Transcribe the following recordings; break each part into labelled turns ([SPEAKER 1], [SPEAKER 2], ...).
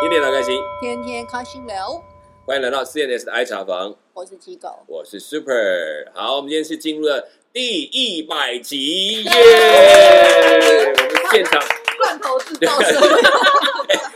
[SPEAKER 1] 天天聊开心，
[SPEAKER 2] 天天开心聊。
[SPEAKER 1] 欢迎来到 CNS 的 I 茶房，
[SPEAKER 2] 我是鸡狗，
[SPEAKER 1] 我是 Super。好，我们今天是进入了第一百集，耶！我们现场，哎
[SPEAKER 2] 罐头制 造者，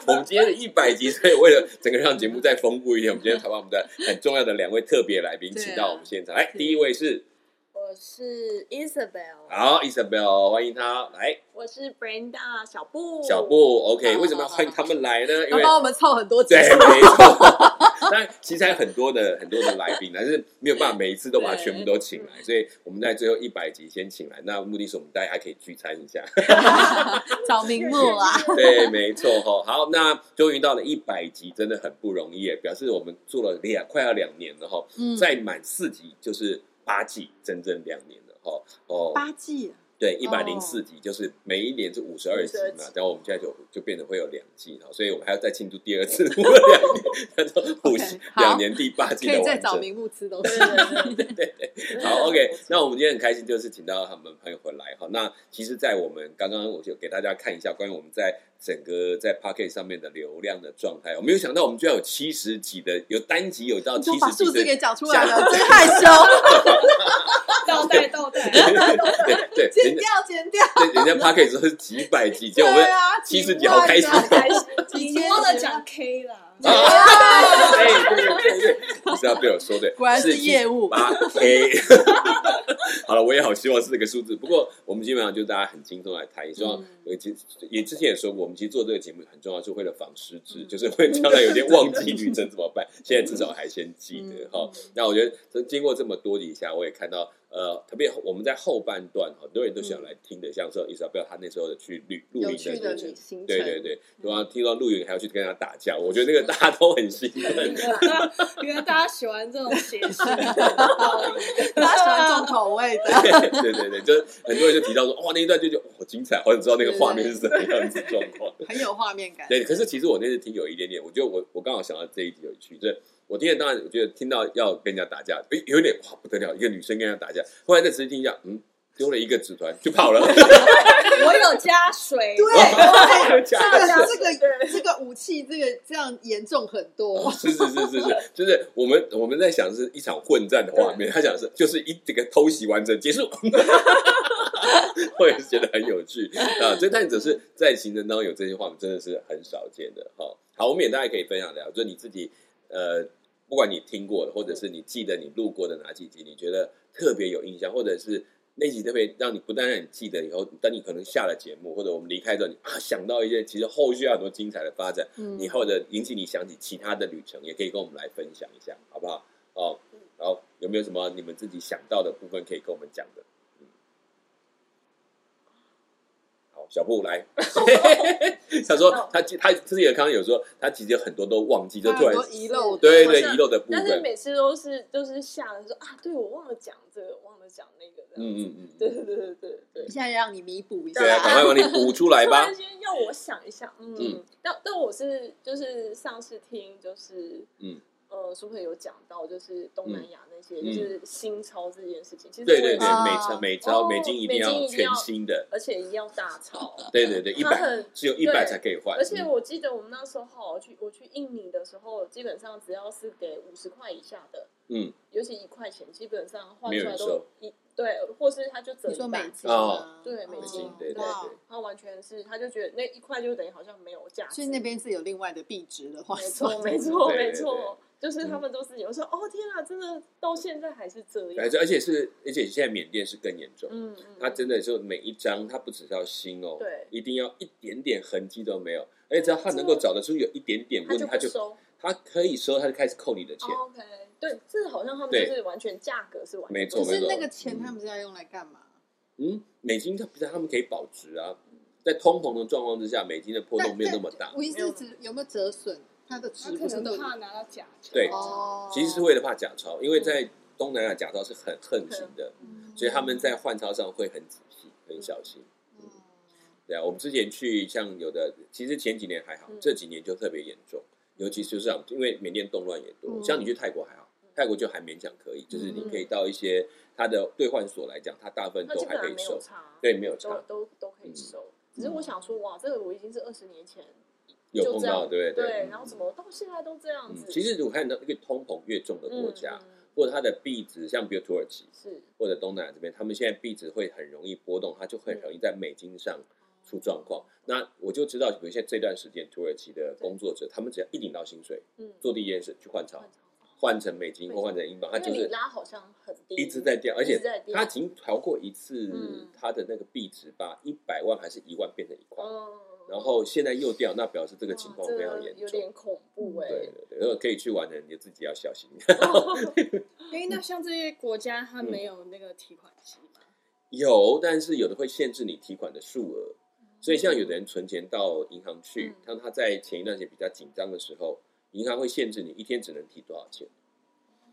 [SPEAKER 1] 我们今天是一百集，所以为了整个让节目再丰富一点，我们今天采访我们的很重要的两位特别来宾，
[SPEAKER 2] 对啊
[SPEAKER 1] 请到我们现场。来，第一位是
[SPEAKER 3] 我是 Isabel，
[SPEAKER 1] 好 Isabel，欢迎他来，
[SPEAKER 3] 我是 Brenda 小布，
[SPEAKER 1] 小布，OK，
[SPEAKER 2] 好
[SPEAKER 1] 为什么要欢迎他们来呢？因
[SPEAKER 2] 他
[SPEAKER 1] 为
[SPEAKER 2] 帮我们凑很多集
[SPEAKER 1] 对，，没错。 那其实还有很多的很多的来宾，但是没有办法每一次都把它全部都请来，所以我们在最后一百集先请来。那目的是我们大家可以聚餐一下。
[SPEAKER 2] 找名目啊。
[SPEAKER 1] 对，没错哈。好，那终于到了一百集，真的很不容易耶，表示我们做了两快要两年了哈。
[SPEAKER 2] 嗯，
[SPEAKER 1] 再满四集就是八季，整整两年了哈。哦，
[SPEAKER 2] 八季，啊
[SPEAKER 1] 对，一百零四集，就是每一年是五十二集嘛，然后我们现在就就变得会有两季哈，所以我们还要再庆祝第二 次我们两年，然后五十
[SPEAKER 2] OK，好
[SPEAKER 1] 两年第八季
[SPEAKER 2] 可
[SPEAKER 1] 的
[SPEAKER 2] 以再
[SPEAKER 1] 完
[SPEAKER 2] 找
[SPEAKER 1] 成。
[SPEAKER 2] 名目吃东
[SPEAKER 3] 对
[SPEAKER 2] 西。
[SPEAKER 3] 对对对
[SPEAKER 1] 好，OK，那我们今天很开心，就是请到他们朋友回来哈。那其实，在我们刚刚我就给大家看一下关于我们在整个在 p o c k e t 上面的流量的状态，我没有想到我们居然有七十集的，有单集有到
[SPEAKER 2] 你
[SPEAKER 1] 七
[SPEAKER 2] 就
[SPEAKER 1] 十
[SPEAKER 2] 把
[SPEAKER 1] 集
[SPEAKER 2] 数字
[SPEAKER 1] 的
[SPEAKER 2] 给讲出来了，真害羞，
[SPEAKER 3] 倒带倒带，
[SPEAKER 1] 对对，
[SPEAKER 2] 剪
[SPEAKER 1] 人
[SPEAKER 2] 掉
[SPEAKER 1] 家
[SPEAKER 2] 剪掉。
[SPEAKER 1] 对人家 p o c k e t 说是几百集，结
[SPEAKER 2] 对
[SPEAKER 1] 果我们
[SPEAKER 2] 啊，
[SPEAKER 1] 七十
[SPEAKER 2] 几
[SPEAKER 1] 集好开心
[SPEAKER 2] 万啊
[SPEAKER 3] 开心，
[SPEAKER 2] 几
[SPEAKER 3] 你
[SPEAKER 2] 千
[SPEAKER 3] 忘了讲 K 啦，
[SPEAKER 1] 啊对对对对，你是要被我说对，
[SPEAKER 2] 果然是业务
[SPEAKER 1] 八 K。好了，我也好希望是这个数字。不过我们基本上就大家很轻松来谈，希望
[SPEAKER 2] 嗯
[SPEAKER 1] 我其也之前也说过，我们其实做这个节目很重要，是为了防失智，
[SPEAKER 2] 嗯
[SPEAKER 1] 就是会将来有点忘记女生怎么 办。现在至少还先记得
[SPEAKER 2] 嗯
[SPEAKER 1] 哈、那我觉得这经过这么多底下，我也看到。呃，特别我们在后半段，很多人都想来听的，像说 Isabel 她那时候的去旅露
[SPEAKER 2] 有
[SPEAKER 1] 营
[SPEAKER 2] 趣
[SPEAKER 1] 的
[SPEAKER 2] 的
[SPEAKER 1] 旅程
[SPEAKER 2] 旅，行程，
[SPEAKER 1] 对对对，然后听到露营还要去跟他打架，我觉得那个大家都很兴 奋。
[SPEAKER 3] 原来大家喜欢这种写实，
[SPEAKER 2] 他喜欢重口味的，
[SPEAKER 1] 对对对，就是很多人就提到说，哇，那一段就觉得哇好精彩，好想知道那个画面是什么样子的状况。
[SPEAKER 2] 很有画面感。
[SPEAKER 1] 对，可是其实我那次听有一点点，我觉得我我刚好想到这一集有趣，就是我听了，当然我觉得听到要跟人家打架，诶，有点哇不得了，一个女生跟人家打架，后来再仔细听一下，嗯，丢了一个纸团就跑了，
[SPEAKER 3] 我有加水，
[SPEAKER 2] 对，
[SPEAKER 1] 假
[SPEAKER 2] 这
[SPEAKER 1] 的
[SPEAKER 2] 个这个这个武器，这个这样严重很多。
[SPEAKER 1] 是是是是是，就是我们我们在想是一场混战的画面，他想是就是一这个偷袭完成结束， 我也是觉得很有趣啊。这但只是在行程当中有这些画面，真的是很少见的哈、好，我们也大家可以分享聊，就你自己呃，不管你听过的，或者是你记得你录过的哪几集，你觉得特别有印象，或者是。那集特别让你不但让你记得以后，当你可能下了节目，或者我们离开之后，你啊想到一些其实后续还有很多精彩的发展，
[SPEAKER 2] 嗯
[SPEAKER 1] 你或者引起你想起其他的旅程，也可以跟我们来分享一下，好不好？哦，然后有没有什么你们自己想到的部分可以跟我们讲的？嗯，好，小布 来，他说
[SPEAKER 3] 哦
[SPEAKER 1] 他他自己的康有说他其实有很多都忘记，就突
[SPEAKER 2] 很
[SPEAKER 1] 然
[SPEAKER 2] 多遗漏的，
[SPEAKER 1] 对
[SPEAKER 3] 好
[SPEAKER 1] 对
[SPEAKER 3] 像
[SPEAKER 1] 遗漏的部
[SPEAKER 3] 但是
[SPEAKER 1] 分，
[SPEAKER 3] 每次都是都是吓人说啊，对我忘了讲这个，忘了讲那个，
[SPEAKER 1] 嗯嗯嗯
[SPEAKER 3] 对
[SPEAKER 1] 嗯，
[SPEAKER 3] 对对对对
[SPEAKER 2] 现在让你弥补一下
[SPEAKER 1] 对。啊，赶快把你补出来
[SPEAKER 3] 突
[SPEAKER 1] 吧
[SPEAKER 3] 然。间要我想一想，嗯，
[SPEAKER 1] 嗯
[SPEAKER 3] 但但我是就是上次听就是
[SPEAKER 1] 嗯
[SPEAKER 3] 呃，苏佩有讲到就是东南亚那些、
[SPEAKER 1] 嗯
[SPEAKER 3] 就是新钞这件事情，其实
[SPEAKER 1] 对对对
[SPEAKER 3] 我也是
[SPEAKER 2] 啊，
[SPEAKER 1] 美钞美钞
[SPEAKER 3] 哦
[SPEAKER 1] 美金一定
[SPEAKER 3] 美金
[SPEAKER 1] 要
[SPEAKER 3] 一定
[SPEAKER 1] 全
[SPEAKER 3] 要
[SPEAKER 1] 新的，
[SPEAKER 3] 而且一定要大钞，
[SPEAKER 1] 对对对，一
[SPEAKER 3] 它
[SPEAKER 1] 百
[SPEAKER 3] 很。
[SPEAKER 1] 只有一百
[SPEAKER 3] 对
[SPEAKER 1] 才可以换，
[SPEAKER 3] 而且
[SPEAKER 1] 嗯
[SPEAKER 3] 我记得我们那时候我去我去印尼的时候，基本上只要是给五十块以下的，
[SPEAKER 1] 嗯
[SPEAKER 3] 尤其一块钱，基本上换
[SPEAKER 1] 没有
[SPEAKER 3] 出来
[SPEAKER 1] 人
[SPEAKER 3] 都一对，或是他就折
[SPEAKER 2] 你说
[SPEAKER 3] 一
[SPEAKER 2] 美
[SPEAKER 3] 半，
[SPEAKER 2] 金吗
[SPEAKER 1] 哦？
[SPEAKER 3] 对美
[SPEAKER 1] 美金
[SPEAKER 3] 哦，
[SPEAKER 1] 对对
[SPEAKER 2] 哇
[SPEAKER 1] 对。
[SPEAKER 3] 他完全是他就觉得那一块就等于好像没有价值，
[SPEAKER 2] 所以那边是有另外的币值的换
[SPEAKER 3] 没
[SPEAKER 2] 算
[SPEAKER 3] 错，，没错，
[SPEAKER 1] 对对嗯
[SPEAKER 3] 没错，就是他们都是有时候，哦天啊，真的到现在还是这
[SPEAKER 1] 而
[SPEAKER 3] 样。
[SPEAKER 1] 且而且是，而且现在缅甸是更严重，
[SPEAKER 3] 嗯嗯，
[SPEAKER 1] 它真的就每一张，它不只是要新哦，
[SPEAKER 3] 对
[SPEAKER 1] 一定要一点点痕迹都没有，而且只要他能够找得出有一点点
[SPEAKER 3] 他
[SPEAKER 1] 问
[SPEAKER 3] 就
[SPEAKER 1] 题，
[SPEAKER 3] 不
[SPEAKER 1] 他就
[SPEAKER 3] 收。
[SPEAKER 1] 他可以收，他就开始扣你的钱，
[SPEAKER 3] 哦 OK，对，这好像他们
[SPEAKER 1] 对
[SPEAKER 3] 就是完全价格是完全
[SPEAKER 1] 没
[SPEAKER 2] 可
[SPEAKER 1] 错
[SPEAKER 2] 是那个钱他们是要用来干嘛？
[SPEAKER 1] 嗯，美金它不是他们可以保值啊，在通膨的状况之下，美金的波动没有那么大，
[SPEAKER 2] 我意思是指有没有折损？它的
[SPEAKER 3] 他
[SPEAKER 2] 值
[SPEAKER 3] 可
[SPEAKER 2] 不是都
[SPEAKER 3] 能怕拿到假钞。
[SPEAKER 1] 对
[SPEAKER 2] 哦，
[SPEAKER 1] 其实是为了怕假钞，因为在东南亚假钞是很横行的，
[SPEAKER 2] 嗯，
[SPEAKER 1] 所以他们在换钞上会很仔细、很小心。
[SPEAKER 2] 嗯
[SPEAKER 1] 对啊，我们之前去像有的，其实前几年还好
[SPEAKER 3] 嗯，
[SPEAKER 1] 这几年就特别严重，尤其是像因为缅甸动乱也多，
[SPEAKER 2] 嗯
[SPEAKER 1] 像你去泰国还好，泰国就还勉强可以，就是你
[SPEAKER 3] 嗯
[SPEAKER 1] 可以到一些它的兑换所来讲，它大部分
[SPEAKER 3] 他
[SPEAKER 1] 都
[SPEAKER 3] 基
[SPEAKER 1] 还
[SPEAKER 3] 本
[SPEAKER 1] 可以
[SPEAKER 3] 上没
[SPEAKER 1] 收
[SPEAKER 3] 有，差，
[SPEAKER 1] 对，没有
[SPEAKER 3] 都
[SPEAKER 1] 差，嗯
[SPEAKER 3] 都都可以收。只是我想说，哇，这个我已经是二十年前
[SPEAKER 1] 有
[SPEAKER 3] 就
[SPEAKER 1] 碰
[SPEAKER 3] 这样
[SPEAKER 1] 到，对不对？
[SPEAKER 3] 对，然后怎么到现在都这样
[SPEAKER 1] 嗯
[SPEAKER 3] 子？，
[SPEAKER 1] 其实我看到那个通膨越重的
[SPEAKER 3] 嗯
[SPEAKER 1] 国家，
[SPEAKER 3] 嗯
[SPEAKER 1] 或者它的币值，像比如土耳其
[SPEAKER 3] 是
[SPEAKER 1] 或者东南亚这边，他们现在币值会很容易波动，它就
[SPEAKER 3] 嗯
[SPEAKER 1] 很容易在美金上出状况。那我就知道，比如现在这段时间，土耳其的工作者，他们只要一领到薪水，
[SPEAKER 3] 嗯，
[SPEAKER 1] 做第一件事去换
[SPEAKER 3] 换
[SPEAKER 1] 钞，
[SPEAKER 3] 成
[SPEAKER 1] 换成美金或换成英镑，它
[SPEAKER 3] 因为
[SPEAKER 1] 就
[SPEAKER 3] 里
[SPEAKER 1] 是
[SPEAKER 3] 拉好像很低，
[SPEAKER 1] 一直在掉，而
[SPEAKER 3] 一
[SPEAKER 1] 且
[SPEAKER 3] 直在掉
[SPEAKER 1] 它已经调过一次
[SPEAKER 3] 嗯
[SPEAKER 1] 它的那个币值，把一百万还是一万变成一块，
[SPEAKER 3] 嗯，
[SPEAKER 1] 然后现在又掉，那表示这个情况
[SPEAKER 3] 哇
[SPEAKER 1] 非常
[SPEAKER 3] 哦这
[SPEAKER 1] 严
[SPEAKER 3] 有
[SPEAKER 1] 重。
[SPEAKER 3] 点恐怖哎。
[SPEAKER 1] 嗯对对对，如果可以去玩的人，你自己要小心。
[SPEAKER 4] 哎，
[SPEAKER 3] 嗯
[SPEAKER 4] 那像这些国家，它没有那个提款机吗？
[SPEAKER 1] 有，但是有的会限制你提款的数额，所以像有的人存钱到银行去
[SPEAKER 3] 嗯，
[SPEAKER 1] 当他在前一段时间比较紧张的时候，银行会限制你一天只能提多少钱，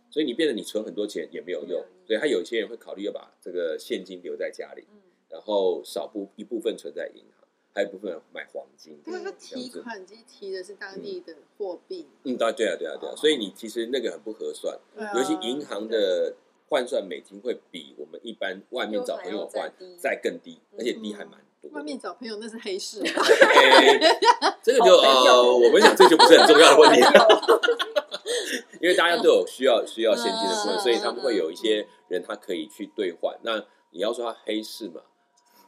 [SPEAKER 1] 所以你变得你存很多钱也没有
[SPEAKER 3] 没有
[SPEAKER 1] 用
[SPEAKER 3] 用，
[SPEAKER 1] 所以他有些人会考虑要把这个现金留在家里，
[SPEAKER 3] 嗯
[SPEAKER 1] 然后少部一部分存在银行，还有一部分买黄金。
[SPEAKER 2] 因为它
[SPEAKER 1] 这样
[SPEAKER 2] 提
[SPEAKER 1] 子
[SPEAKER 2] 款机提的是当地的货币，
[SPEAKER 1] 嗯，对啊对啊对啊对啊，所以你其实那个很不合算，
[SPEAKER 3] 哦
[SPEAKER 2] 对啊
[SPEAKER 1] 尤其银行的换算美金会比我们一般外面找朋友
[SPEAKER 3] 又还要
[SPEAKER 1] 换
[SPEAKER 3] 再低嗯
[SPEAKER 1] 再更低，而且低还蛮多。
[SPEAKER 2] 呃外面找朋友那是 黑市，
[SPEAKER 1] 哎这个就
[SPEAKER 3] 好朋友
[SPEAKER 1] 呃，我们想这就不是很重要的问题， 因为大家都有需要需要现金的部分，
[SPEAKER 2] 嗯
[SPEAKER 1] 所以他们会有一些人他可以去兑换。那你要说他黑市嘛，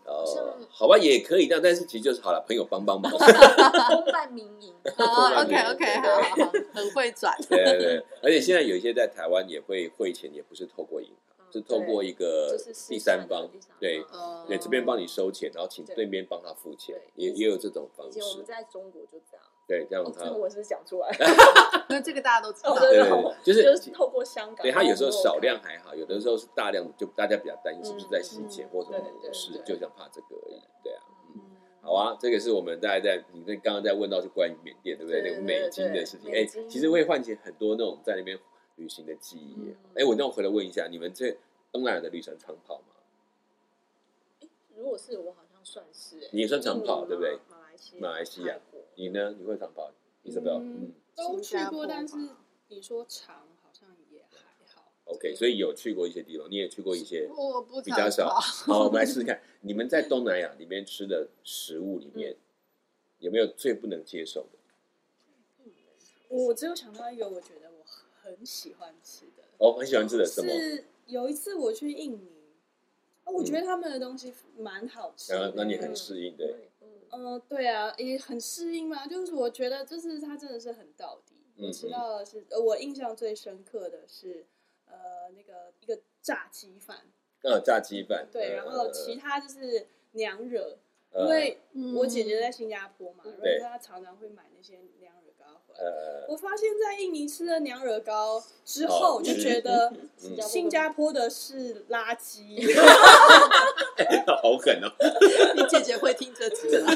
[SPEAKER 1] 呃
[SPEAKER 3] 像，
[SPEAKER 1] 好吧，也可以这样，但是其实就是好了，朋友帮 帮忙。
[SPEAKER 3] 公办民 营，嗯
[SPEAKER 2] 哦
[SPEAKER 1] 对
[SPEAKER 2] ，OK OK，好好好，很会 转，
[SPEAKER 1] 对对对，而且现在有一些在台湾也会汇钱，也不是透过银行，是透过一个
[SPEAKER 3] 就是私
[SPEAKER 1] 第三
[SPEAKER 3] 下的
[SPEAKER 1] 方
[SPEAKER 3] 第三，方
[SPEAKER 1] 对
[SPEAKER 2] 哦
[SPEAKER 1] 对，哎这边帮你收钱，然后请
[SPEAKER 3] 对
[SPEAKER 1] 对面帮他付钱，
[SPEAKER 3] 对
[SPEAKER 1] 也也有这种方
[SPEAKER 3] 以
[SPEAKER 1] 式
[SPEAKER 3] 前我，们在中国就这样，
[SPEAKER 1] 对，这样
[SPEAKER 3] 哦，这
[SPEAKER 1] 他
[SPEAKER 3] 个。我是讲出来，
[SPEAKER 2] 呃那这个大家都知道
[SPEAKER 3] 哦，
[SPEAKER 1] 对
[SPEAKER 3] 真
[SPEAKER 1] 对
[SPEAKER 3] 的
[SPEAKER 1] 对
[SPEAKER 3] 哦，
[SPEAKER 1] 就是
[SPEAKER 3] 就是透过香港，
[SPEAKER 1] 对，它有时候少量
[SPEAKER 3] 然后
[SPEAKER 1] 还好，有的时候是大量，就大家比较担心是不是在洗钱
[SPEAKER 3] 嗯
[SPEAKER 1] 或者
[SPEAKER 3] 对对
[SPEAKER 1] 是
[SPEAKER 3] 对，
[SPEAKER 1] 就想怕这个而已。对啊，嗯，
[SPEAKER 2] 嗯
[SPEAKER 1] 好啊，这个是我们大家在你那刚刚在问到是关于缅甸对不对？那
[SPEAKER 3] 对
[SPEAKER 1] 个
[SPEAKER 3] 对
[SPEAKER 1] 美金的
[SPEAKER 3] 对
[SPEAKER 1] 事情，
[SPEAKER 3] 美
[SPEAKER 1] 哎，
[SPEAKER 3] 金
[SPEAKER 1] 其实会唤起很多那种在那边旅行的记忆
[SPEAKER 3] 嗯。
[SPEAKER 1] 哎，我那我回来问一下，你们这东南亚的旅程长跑吗？
[SPEAKER 3] 我有看如果是我好像算是哎
[SPEAKER 1] 你也算长跑对不对？
[SPEAKER 3] 马来西亚，
[SPEAKER 1] 马来西亚
[SPEAKER 3] 泰国，
[SPEAKER 1] 你呢？你会长跑？你怎么样？嗯
[SPEAKER 4] 嗯都去
[SPEAKER 2] 新加坡
[SPEAKER 4] 过，但是
[SPEAKER 2] 嘛
[SPEAKER 4] 你说长好像也还好。
[SPEAKER 1] ，OK，所以有去过一些地方，你也去过一些。
[SPEAKER 2] 我不
[SPEAKER 1] 比较少。
[SPEAKER 2] 常跑
[SPEAKER 1] 好，我们来试试看，你们在东南亚里面吃的食物里面，有没有最不能接受的？
[SPEAKER 4] 我只有想到一个，我觉得我很喜欢吃的，
[SPEAKER 1] 哦，很喜欢吃的什么？嗯
[SPEAKER 4] 是有一次我去印尼，啊我觉得他们的东西蛮好吃
[SPEAKER 1] 然
[SPEAKER 4] 的
[SPEAKER 1] 后，那你很适应的，
[SPEAKER 3] 对，嗯
[SPEAKER 4] 呃，对啊，也很适应嘛。就是我觉得，就是它真的是很到底。
[SPEAKER 1] 嗯
[SPEAKER 4] 我吃到的是，呃我印象最深刻的是，呃，那个一个炸鸡饭，
[SPEAKER 1] 呃，炸鸡饭。
[SPEAKER 4] 对，
[SPEAKER 1] 呃
[SPEAKER 4] 然后其他就是娘惹，
[SPEAKER 1] 呃嗯
[SPEAKER 4] 因为
[SPEAKER 2] 嗯
[SPEAKER 4] 我姐姐在新加坡嘛，然
[SPEAKER 1] 对
[SPEAKER 4] 后她常常会买那些娘惹糕回来。
[SPEAKER 1] 呃，
[SPEAKER 4] 我发现，在印尼吃了娘惹糕之
[SPEAKER 1] 哦
[SPEAKER 4] 后，就
[SPEAKER 1] 吃
[SPEAKER 4] 觉得
[SPEAKER 1] 嗯
[SPEAKER 4] 新加坡的是垃圾。
[SPEAKER 1] 好狠哦！
[SPEAKER 2] 你姐姐会听这集吗？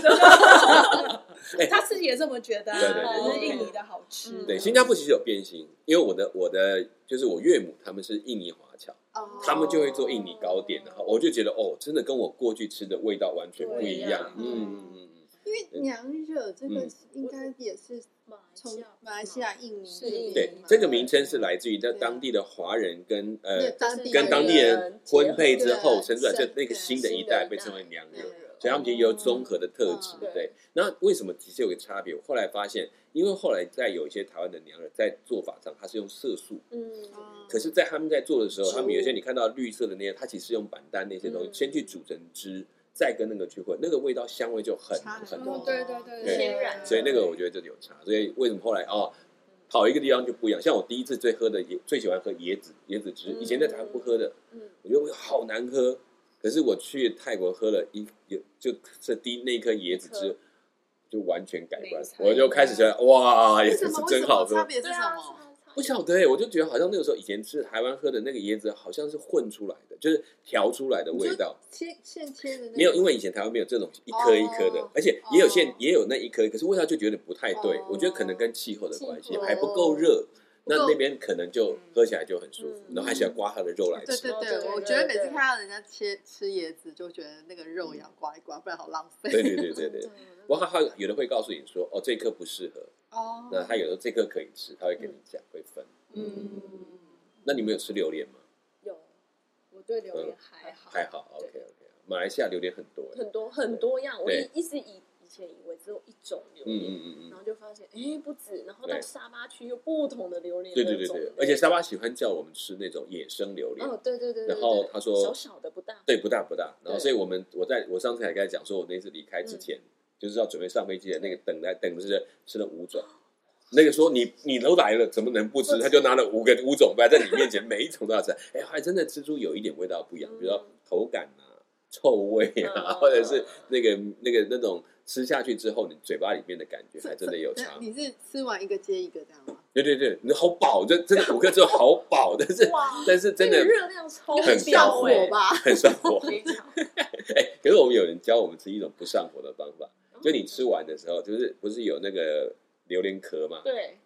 [SPEAKER 4] 他自己也这么觉得啊，
[SPEAKER 1] 对对对
[SPEAKER 4] 就是
[SPEAKER 3] 对
[SPEAKER 4] 印尼的好吃。
[SPEAKER 3] 嗯
[SPEAKER 1] 对，新加坡其实有变心，因为我的我的就是我岳母他们是印尼华侨，
[SPEAKER 2] 哦
[SPEAKER 1] 他们就会做印尼糕点，然后我就觉得哦，真的跟我过去吃的味道完全不一
[SPEAKER 4] 啊
[SPEAKER 1] 样。
[SPEAKER 3] 对
[SPEAKER 1] 嗯嗯嗯嗯，
[SPEAKER 2] 因为娘惹这个
[SPEAKER 1] 嗯
[SPEAKER 2] 应该也是
[SPEAKER 3] 马来西
[SPEAKER 2] 从
[SPEAKER 3] 亚，
[SPEAKER 2] 马来西亚、印尼
[SPEAKER 3] 是
[SPEAKER 2] 这边
[SPEAKER 1] 对
[SPEAKER 2] 嘛，
[SPEAKER 1] 这个名称是来自于在
[SPEAKER 2] 对啊
[SPEAKER 1] 当地的华人跟呃
[SPEAKER 2] 对当地
[SPEAKER 1] 跟当地人婚配之后
[SPEAKER 2] 对
[SPEAKER 1] 生出来，就
[SPEAKER 2] 生
[SPEAKER 1] 那个
[SPEAKER 2] 对
[SPEAKER 1] 新的一
[SPEAKER 3] 新的
[SPEAKER 1] 代
[SPEAKER 3] 一
[SPEAKER 1] 被
[SPEAKER 3] 代
[SPEAKER 1] 称为娘惹
[SPEAKER 2] 对，
[SPEAKER 1] 所以他们其实有综合的特质。
[SPEAKER 2] 嗯
[SPEAKER 1] 对，那为什么其实有个差别？我后来发现，因为后来在有一些台湾的娘惹在做法上，它是用色素。
[SPEAKER 2] 哦啊
[SPEAKER 3] 嗯，
[SPEAKER 1] 可是，在他们在做的时候，
[SPEAKER 2] 植物
[SPEAKER 1] 他们有些你看到绿色的那些，它其实用板丹那些东西
[SPEAKER 3] 嗯
[SPEAKER 1] 先去煮成汁，再跟那个去混，那个味道香味就很
[SPEAKER 2] 差很
[SPEAKER 1] 很
[SPEAKER 2] 多
[SPEAKER 1] 浓。
[SPEAKER 4] 对对对
[SPEAKER 1] 对
[SPEAKER 3] 天然的
[SPEAKER 1] 所以那个我觉得这里有差。所以为什么后来哦，跑一个地方就不一样？像我第一次最喝的椰，最喜欢喝椰子椰子汁，
[SPEAKER 3] 嗯
[SPEAKER 1] 以前在台湾不喝的，
[SPEAKER 3] 嗯
[SPEAKER 1] 我觉得好难喝。可是我去泰国喝了一有就这第那颗椰子汁，就完全改观
[SPEAKER 4] 没，差
[SPEAKER 1] 我就开始觉得哇，椰
[SPEAKER 2] 为
[SPEAKER 1] 子
[SPEAKER 2] 什
[SPEAKER 1] 是
[SPEAKER 2] 么？为
[SPEAKER 1] 真
[SPEAKER 2] 什
[SPEAKER 1] 好
[SPEAKER 2] 么
[SPEAKER 1] 喝
[SPEAKER 2] 差。别是
[SPEAKER 3] 对
[SPEAKER 2] 什
[SPEAKER 3] 啊，
[SPEAKER 2] 么？
[SPEAKER 1] 不晓得哎、我就觉得好像那个时候以前吃台湾喝的那个椰子，好像是混出来的，就是调出来的味道。
[SPEAKER 2] 切现切的那个
[SPEAKER 1] 没有，因为以前台湾没有这种一颗一颗的，
[SPEAKER 2] 哦
[SPEAKER 1] 而且也有现、
[SPEAKER 2] 哦
[SPEAKER 1] 也有那一颗，可是味道就觉得不太对。
[SPEAKER 2] 哦
[SPEAKER 1] 我觉得可能跟气候的关系
[SPEAKER 3] 气候
[SPEAKER 1] 还不够热，那
[SPEAKER 2] 不够
[SPEAKER 1] 那边可能就喝起来就很舒服，
[SPEAKER 3] 嗯
[SPEAKER 1] 然后还喜欢刮它的肉来
[SPEAKER 2] 对
[SPEAKER 1] 吃。
[SPEAKER 2] 对
[SPEAKER 3] 哦对
[SPEAKER 2] 对，
[SPEAKER 3] 对
[SPEAKER 2] 我
[SPEAKER 3] 对
[SPEAKER 2] 觉得每次
[SPEAKER 3] 对
[SPEAKER 2] 看到人家切吃椰子，就觉得那个肉要刮一刮，不然好浪费。
[SPEAKER 1] 对对对 对对，我还还有的会告诉你说，哦，这颗不适合，
[SPEAKER 2] 哦，
[SPEAKER 1] 那他有的这颗可以吃，他会跟你讲，会分。
[SPEAKER 4] 嗯，
[SPEAKER 1] 那你们有吃榴莲吗？
[SPEAKER 3] 有
[SPEAKER 4] 我对榴莲还好，
[SPEAKER 1] 还好
[SPEAKER 4] 对
[SPEAKER 1] ，OK OK。马来西亚榴莲很多、欸，
[SPEAKER 3] 很多很多样，我
[SPEAKER 1] 对
[SPEAKER 3] 一一直以以前以为只有一种榴
[SPEAKER 1] 嗯
[SPEAKER 3] 莲，
[SPEAKER 1] 嗯嗯
[SPEAKER 3] 然
[SPEAKER 1] 嗯，
[SPEAKER 3] 后就发现，哎，不止，然后
[SPEAKER 1] 对
[SPEAKER 3] 到沙巴区有不同的榴莲
[SPEAKER 1] 对
[SPEAKER 3] 的
[SPEAKER 1] 对对
[SPEAKER 3] 种类
[SPEAKER 1] 对，而且沙巴喜欢叫我们吃那种野生榴莲，
[SPEAKER 3] 哦，对对对对
[SPEAKER 1] 然
[SPEAKER 3] 对，
[SPEAKER 1] 后他说
[SPEAKER 3] 小小的不大，
[SPEAKER 1] 对，不大不大。然后，
[SPEAKER 3] 对嗯
[SPEAKER 1] 所以我们我在我上次还跟他讲说，我那次离开之前，就是要准备上飞机的那个等待等的是吃了五种。那个说你你都来了，怎么能不吃
[SPEAKER 3] 不？吃
[SPEAKER 1] 他就拿了五个五种摆在你面前， 每一种都要吃。哎，还真的吃出有一点味道不一样，比如说
[SPEAKER 3] 嗯
[SPEAKER 1] 口感啊、臭味啊，
[SPEAKER 3] 嗯
[SPEAKER 1] 或者是那个那个那种吃下去之后，你嘴巴里面的感觉还真的有差
[SPEAKER 2] 那。你是吃完一个接一个这样吗？
[SPEAKER 1] 对对对，你好饱，这真的五个之后好饱，但是
[SPEAKER 3] 哇，
[SPEAKER 1] 但是真的
[SPEAKER 3] 这个热量超
[SPEAKER 1] 很欸
[SPEAKER 2] 上
[SPEAKER 3] 高
[SPEAKER 2] 火
[SPEAKER 3] 哎，
[SPEAKER 2] 吧？
[SPEAKER 1] 很上火。
[SPEAKER 3] 非常，
[SPEAKER 1] 哎、可是我们有人教我们吃一种不上火的方法，就你吃完的时候，就是不是有那个榴莲壳嘛，
[SPEAKER 3] 对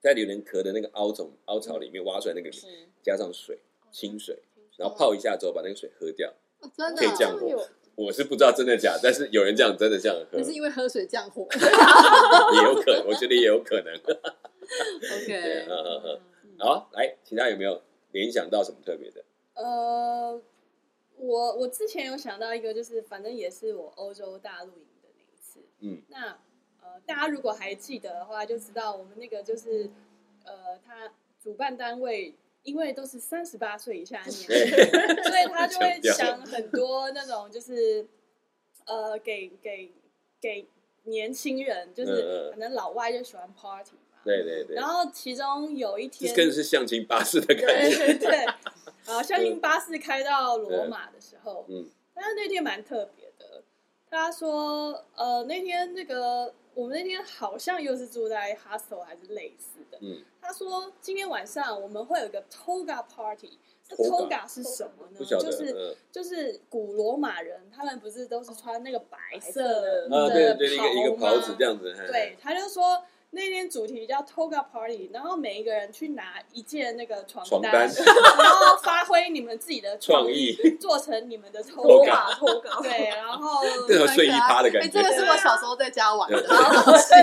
[SPEAKER 1] 在榴莲壳的那个凹种凹槽里面挖出来那个，
[SPEAKER 3] 皮，
[SPEAKER 1] 加上水，清水，然后
[SPEAKER 2] 哦
[SPEAKER 1] 泡一下之后把那个水喝掉。
[SPEAKER 2] 哦真的
[SPEAKER 1] 可以这样
[SPEAKER 2] 啊，
[SPEAKER 1] 过
[SPEAKER 3] 有
[SPEAKER 1] 我是不知道真的假的，但是有人这样真的这样喝，
[SPEAKER 2] 你是因为喝水降火
[SPEAKER 1] 也有可能，我觉得也有可能。对，
[SPEAKER 2] ？OK，
[SPEAKER 1] 嗯嗯嗯。好，来，其他有没有联想到什么特别的？
[SPEAKER 4] 呃，我我之前有想到一个，就是反正也是我欧洲大陆营的那一次。
[SPEAKER 1] 嗯，
[SPEAKER 4] 那呃，大家如果还记得的话，就知道我们那个就是呃，他主办单位因为都是三十八岁以下 的年轻人，
[SPEAKER 1] 哎，
[SPEAKER 4] 所以他就
[SPEAKER 1] 强
[SPEAKER 4] 会
[SPEAKER 1] 调
[SPEAKER 4] 想很多那种就是呃，给给给年轻人，就
[SPEAKER 1] 嗯嗯
[SPEAKER 4] 是反正老外就喜欢 party 嘛。
[SPEAKER 1] 对对对
[SPEAKER 4] 然，后其中有一天
[SPEAKER 1] 这，更是相亲巴士的感觉。
[SPEAKER 4] 对对对，好，相信巴士开到罗马的时候，
[SPEAKER 1] 嗯，
[SPEAKER 4] 但是那天蛮特别的。他说，呃，那天那个我们那天好像又是住在 hostel 还是类似的。
[SPEAKER 1] 嗯，
[SPEAKER 4] 他说今天晚上我们会有个 toga party。那
[SPEAKER 1] Toga
[SPEAKER 4] toga 是什么呢？
[SPEAKER 1] 不晓得，
[SPEAKER 4] 就是
[SPEAKER 1] 嗯，
[SPEAKER 4] 就是古罗马人，他们不是都是穿那个哦白色
[SPEAKER 3] 白色
[SPEAKER 4] 的
[SPEAKER 3] 的
[SPEAKER 1] 啊，对对，一个一个
[SPEAKER 4] 袍
[SPEAKER 1] 袍
[SPEAKER 4] 吗
[SPEAKER 1] 子这样子，哎
[SPEAKER 4] 对，，他就说那天主题叫 Toga Party，然后每一个人去拿一件那个床
[SPEAKER 1] 床单
[SPEAKER 4] 然后发挥你们自己的
[SPEAKER 1] 创
[SPEAKER 4] 意，
[SPEAKER 1] 意，
[SPEAKER 4] 做成你们的
[SPEAKER 1] Toga
[SPEAKER 3] 脱
[SPEAKER 4] Toga。
[SPEAKER 3] 稿脱稿，
[SPEAKER 4] 对，然后
[SPEAKER 1] 这种睡衣趴的感
[SPEAKER 2] 哎，
[SPEAKER 1] 觉
[SPEAKER 2] 这，个是我小时候在家
[SPEAKER 1] 呃
[SPEAKER 4] 哦
[SPEAKER 2] 玩的，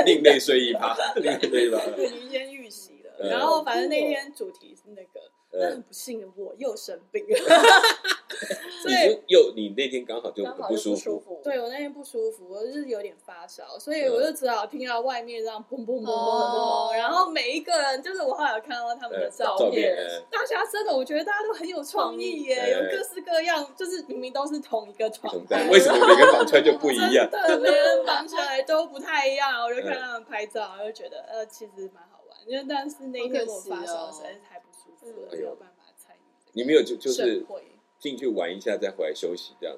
[SPEAKER 1] 另类睡衣趴， 另类睡衣趴。
[SPEAKER 4] 对已经预习了。
[SPEAKER 1] 嗯
[SPEAKER 4] 然后反正那天主题是那个，但
[SPEAKER 1] 呃
[SPEAKER 4] 很，不幸的我又生病了。 所
[SPEAKER 1] 你
[SPEAKER 4] 以
[SPEAKER 1] 就又你那天刚好就
[SPEAKER 3] 刚
[SPEAKER 1] 很
[SPEAKER 3] 好
[SPEAKER 1] 不
[SPEAKER 3] 就
[SPEAKER 1] 舒
[SPEAKER 3] 舒
[SPEAKER 1] 服，
[SPEAKER 3] 服，
[SPEAKER 4] 对我那天不舒服，我就是有点发烧，所以我就只好听到外面这样砰砰砰砰砰
[SPEAKER 2] 哦
[SPEAKER 4] 砰，然后每一个人就是我后来有看到他们的
[SPEAKER 1] 呃，
[SPEAKER 4] 照
[SPEAKER 1] 照
[SPEAKER 4] 片
[SPEAKER 1] 片，，
[SPEAKER 4] 大家真的，我觉得大家都很有创意耶，
[SPEAKER 1] 对
[SPEAKER 4] 有各式各样，就是明明都是同一个
[SPEAKER 1] 呃
[SPEAKER 4] 床
[SPEAKER 1] 同在，为什么每个房穿就不一 样？
[SPEAKER 4] 真的，每人绑起来都不太一样。我就看他们拍照，我就觉得呃，其实蛮好玩。因为但是那一天我发烧实在是太不舒服了，
[SPEAKER 1] 哦哎
[SPEAKER 4] 没
[SPEAKER 1] 呦
[SPEAKER 4] 有办法参与。
[SPEAKER 1] 你没有就就是
[SPEAKER 4] 盛会
[SPEAKER 1] 进去玩一下再回来休息这样，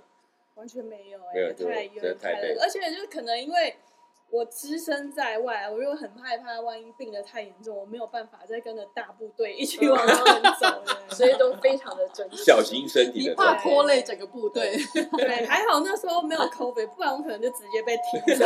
[SPEAKER 4] 完全没有
[SPEAKER 1] 没有
[SPEAKER 4] 哎，
[SPEAKER 1] 就
[SPEAKER 4] 太
[SPEAKER 1] 真
[SPEAKER 4] 有
[SPEAKER 1] 的
[SPEAKER 4] 点
[SPEAKER 1] 太
[SPEAKER 4] 太
[SPEAKER 1] 累
[SPEAKER 4] 累了，而且就是可能因为。我只身在外，我又很害怕，万一病得太严重，我没有办法再跟着大部队一起往前 走了。
[SPEAKER 3] 所以都非常的珍惜，
[SPEAKER 1] 小心身体
[SPEAKER 2] 你
[SPEAKER 1] 的
[SPEAKER 2] 怕
[SPEAKER 1] 状
[SPEAKER 4] 对
[SPEAKER 1] 况。
[SPEAKER 2] 拖累整个部队。
[SPEAKER 4] 对，还好那时候 没有 COVID，不然我可能就直接被踢走。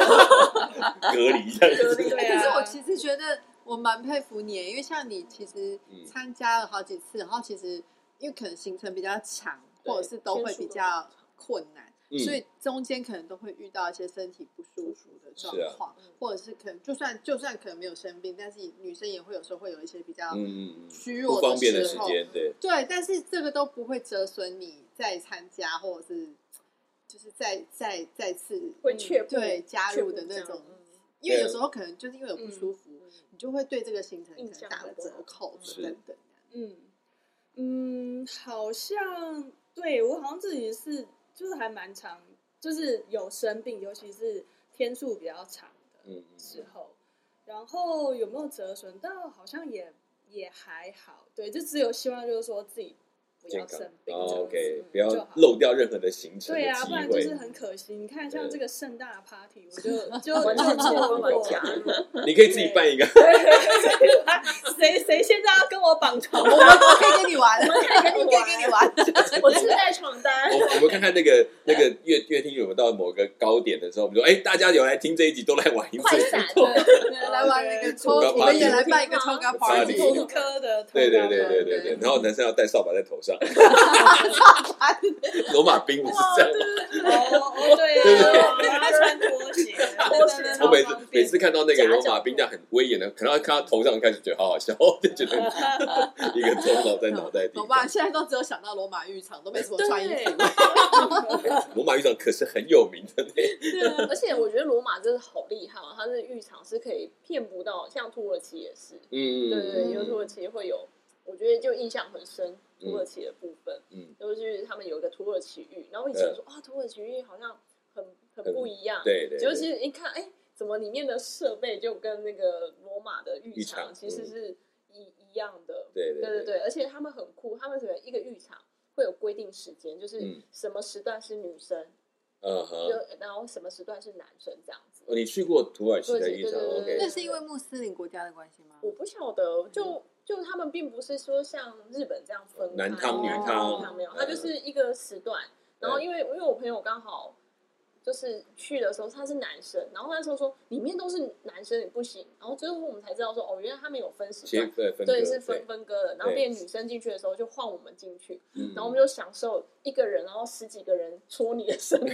[SPEAKER 1] 隔离这样
[SPEAKER 3] 隔
[SPEAKER 1] 子。
[SPEAKER 3] 离
[SPEAKER 4] 对
[SPEAKER 2] 哎可
[SPEAKER 4] 啊
[SPEAKER 2] 是我其实觉得我蛮佩服你，因为像你其实
[SPEAKER 1] 嗯
[SPEAKER 2] 参加了好几次，然后其实因为可能行程比较长，
[SPEAKER 3] 对
[SPEAKER 2] 或者是都会比较困难，
[SPEAKER 1] 嗯
[SPEAKER 2] 所以中间可能都会遇到一些身体不舒服的状况，
[SPEAKER 3] 是啊嗯
[SPEAKER 2] 或者是可能就算就算可能没有生病，但是女生也会有时候会有一些比较
[SPEAKER 1] 嗯，嗯嗯
[SPEAKER 2] 虚
[SPEAKER 1] 不
[SPEAKER 2] 弱
[SPEAKER 1] 方便的时
[SPEAKER 2] 时候，
[SPEAKER 1] 间，对，
[SPEAKER 2] 对，但是这个都不会折损你再参加，或者是就是再再再次嗯
[SPEAKER 3] 会却步嗯
[SPEAKER 2] 对加入的那种。因为有时候可能就是因为有不舒服，你就会对这个行程可
[SPEAKER 3] 印
[SPEAKER 2] 能
[SPEAKER 3] 象
[SPEAKER 2] 打了
[SPEAKER 3] 不好
[SPEAKER 2] 折扣
[SPEAKER 1] 是
[SPEAKER 2] 等等。
[SPEAKER 4] 嗯嗯，好像对我好像自己是就是还蛮长，就是有生病，尤其是天数比较长的
[SPEAKER 1] 嗯，
[SPEAKER 4] 时候。然后有没有折损？但好像也也还好，对，就只有希望就是说自己不
[SPEAKER 1] 健
[SPEAKER 4] 要
[SPEAKER 1] 康哦
[SPEAKER 4] 生病这样子。
[SPEAKER 1] ，OK，
[SPEAKER 3] 嗯
[SPEAKER 1] 不要
[SPEAKER 4] 就好
[SPEAKER 1] 漏掉任何的行程的
[SPEAKER 4] 对啊，
[SPEAKER 1] 机
[SPEAKER 4] 不然就
[SPEAKER 1] 会
[SPEAKER 4] 是。很可惜。你看，像
[SPEAKER 1] 对
[SPEAKER 4] 这个盛大的 party，我就 就
[SPEAKER 1] 完
[SPEAKER 4] 就
[SPEAKER 1] 全
[SPEAKER 4] 错
[SPEAKER 3] 没有
[SPEAKER 4] 过
[SPEAKER 3] 加入
[SPEAKER 4] 了。
[SPEAKER 1] 你可以自己办一个，
[SPEAKER 4] 谁谁现在要跟我绑床？
[SPEAKER 2] 我们我可以跟你玩，我
[SPEAKER 3] 可以跟你玩
[SPEAKER 2] 可以跟你玩。
[SPEAKER 3] 我自带床单，
[SPEAKER 1] 我我们看看那个那个乐 乐听有没有到某个高点的时候，我们说，哎，大家有来听这一集，都来 玩一
[SPEAKER 3] 快
[SPEAKER 1] 次。
[SPEAKER 3] 闪，
[SPEAKER 2] 来玩那个抽，
[SPEAKER 1] Toga
[SPEAKER 2] 我们也
[SPEAKER 1] party
[SPEAKER 2] 来办一个抽 o
[SPEAKER 1] Party
[SPEAKER 4] 是妇
[SPEAKER 2] party。
[SPEAKER 4] 科的，
[SPEAKER 1] 对对对
[SPEAKER 4] 对
[SPEAKER 1] 对对对，然后男生要戴扫把在头上， 罗马兵不是这样吗？
[SPEAKER 4] 哦哦对啊，我们要穿拖鞋，
[SPEAKER 3] 拖鞋
[SPEAKER 4] 对对对
[SPEAKER 1] 我每次
[SPEAKER 4] 超方便
[SPEAKER 1] 每次看到那个罗
[SPEAKER 3] 夹
[SPEAKER 1] 马
[SPEAKER 3] 角
[SPEAKER 1] 兵这样很威严的，可能看他头上开始觉得好好笑，就觉得一个头脑在脑袋底
[SPEAKER 2] 怎么办？
[SPEAKER 1] 下。
[SPEAKER 2] 现在都只有想到罗马浴场，都没什么穿衣
[SPEAKER 3] 对
[SPEAKER 2] 服。
[SPEAKER 1] 罗马浴场可是很有名的那
[SPEAKER 3] 对啊，而且我觉得罗马真的好厉害啊，它的浴场是可以骗不到，像土耳其也是，
[SPEAKER 1] 嗯，
[SPEAKER 3] 对对，
[SPEAKER 2] 嗯
[SPEAKER 3] 因为土耳其会有，我觉得就印象很深，
[SPEAKER 1] 嗯
[SPEAKER 3] 土耳其的部分，
[SPEAKER 1] 嗯，
[SPEAKER 3] 就是他们有一个土耳其浴，然后以前说啊，土耳其浴好像很很
[SPEAKER 1] 很
[SPEAKER 3] 不一样，，
[SPEAKER 1] 对嗯对，
[SPEAKER 3] 结
[SPEAKER 1] 对
[SPEAKER 3] 果其实一看，哎，怎么里面的设备就跟那个罗马的浴
[SPEAKER 1] 浴场
[SPEAKER 3] 场其实
[SPEAKER 1] 嗯
[SPEAKER 3] 是一一样的，
[SPEAKER 1] 对对
[SPEAKER 3] 对对对，而且他们很酷，他们整个一个浴场会有规定时间，就是
[SPEAKER 1] 嗯
[SPEAKER 3] 什么时段是女生，
[SPEAKER 1] 嗯哼，
[SPEAKER 3] 就然后什么时段是男生这样子。
[SPEAKER 1] 哦你去过土耳其的浴场
[SPEAKER 3] 对对对对
[SPEAKER 2] 那
[SPEAKER 1] ？OK，
[SPEAKER 2] 是因为穆斯林国家的关系吗？
[SPEAKER 3] 我不晓得，就就他们并不是说像日本这样分开
[SPEAKER 1] 男汤
[SPEAKER 2] 女
[SPEAKER 3] 男
[SPEAKER 2] 汤
[SPEAKER 3] 女汤没有
[SPEAKER 1] 嗯，
[SPEAKER 3] 它就是一个时段。然后因为因为我朋友刚好就是去的时候他是男生，然后那时候说里面都是男生也不行，然后最后我们才知道说哦，原来他们有分时
[SPEAKER 1] 切
[SPEAKER 3] 段，
[SPEAKER 1] 分分
[SPEAKER 3] 对，
[SPEAKER 1] 割
[SPEAKER 3] 是分分割的。然后
[SPEAKER 1] 对
[SPEAKER 3] 变女生进去的时候就换我们进去，
[SPEAKER 1] 嗯
[SPEAKER 3] 然后我们就享受一个人，然后十几个人戳你 的身体。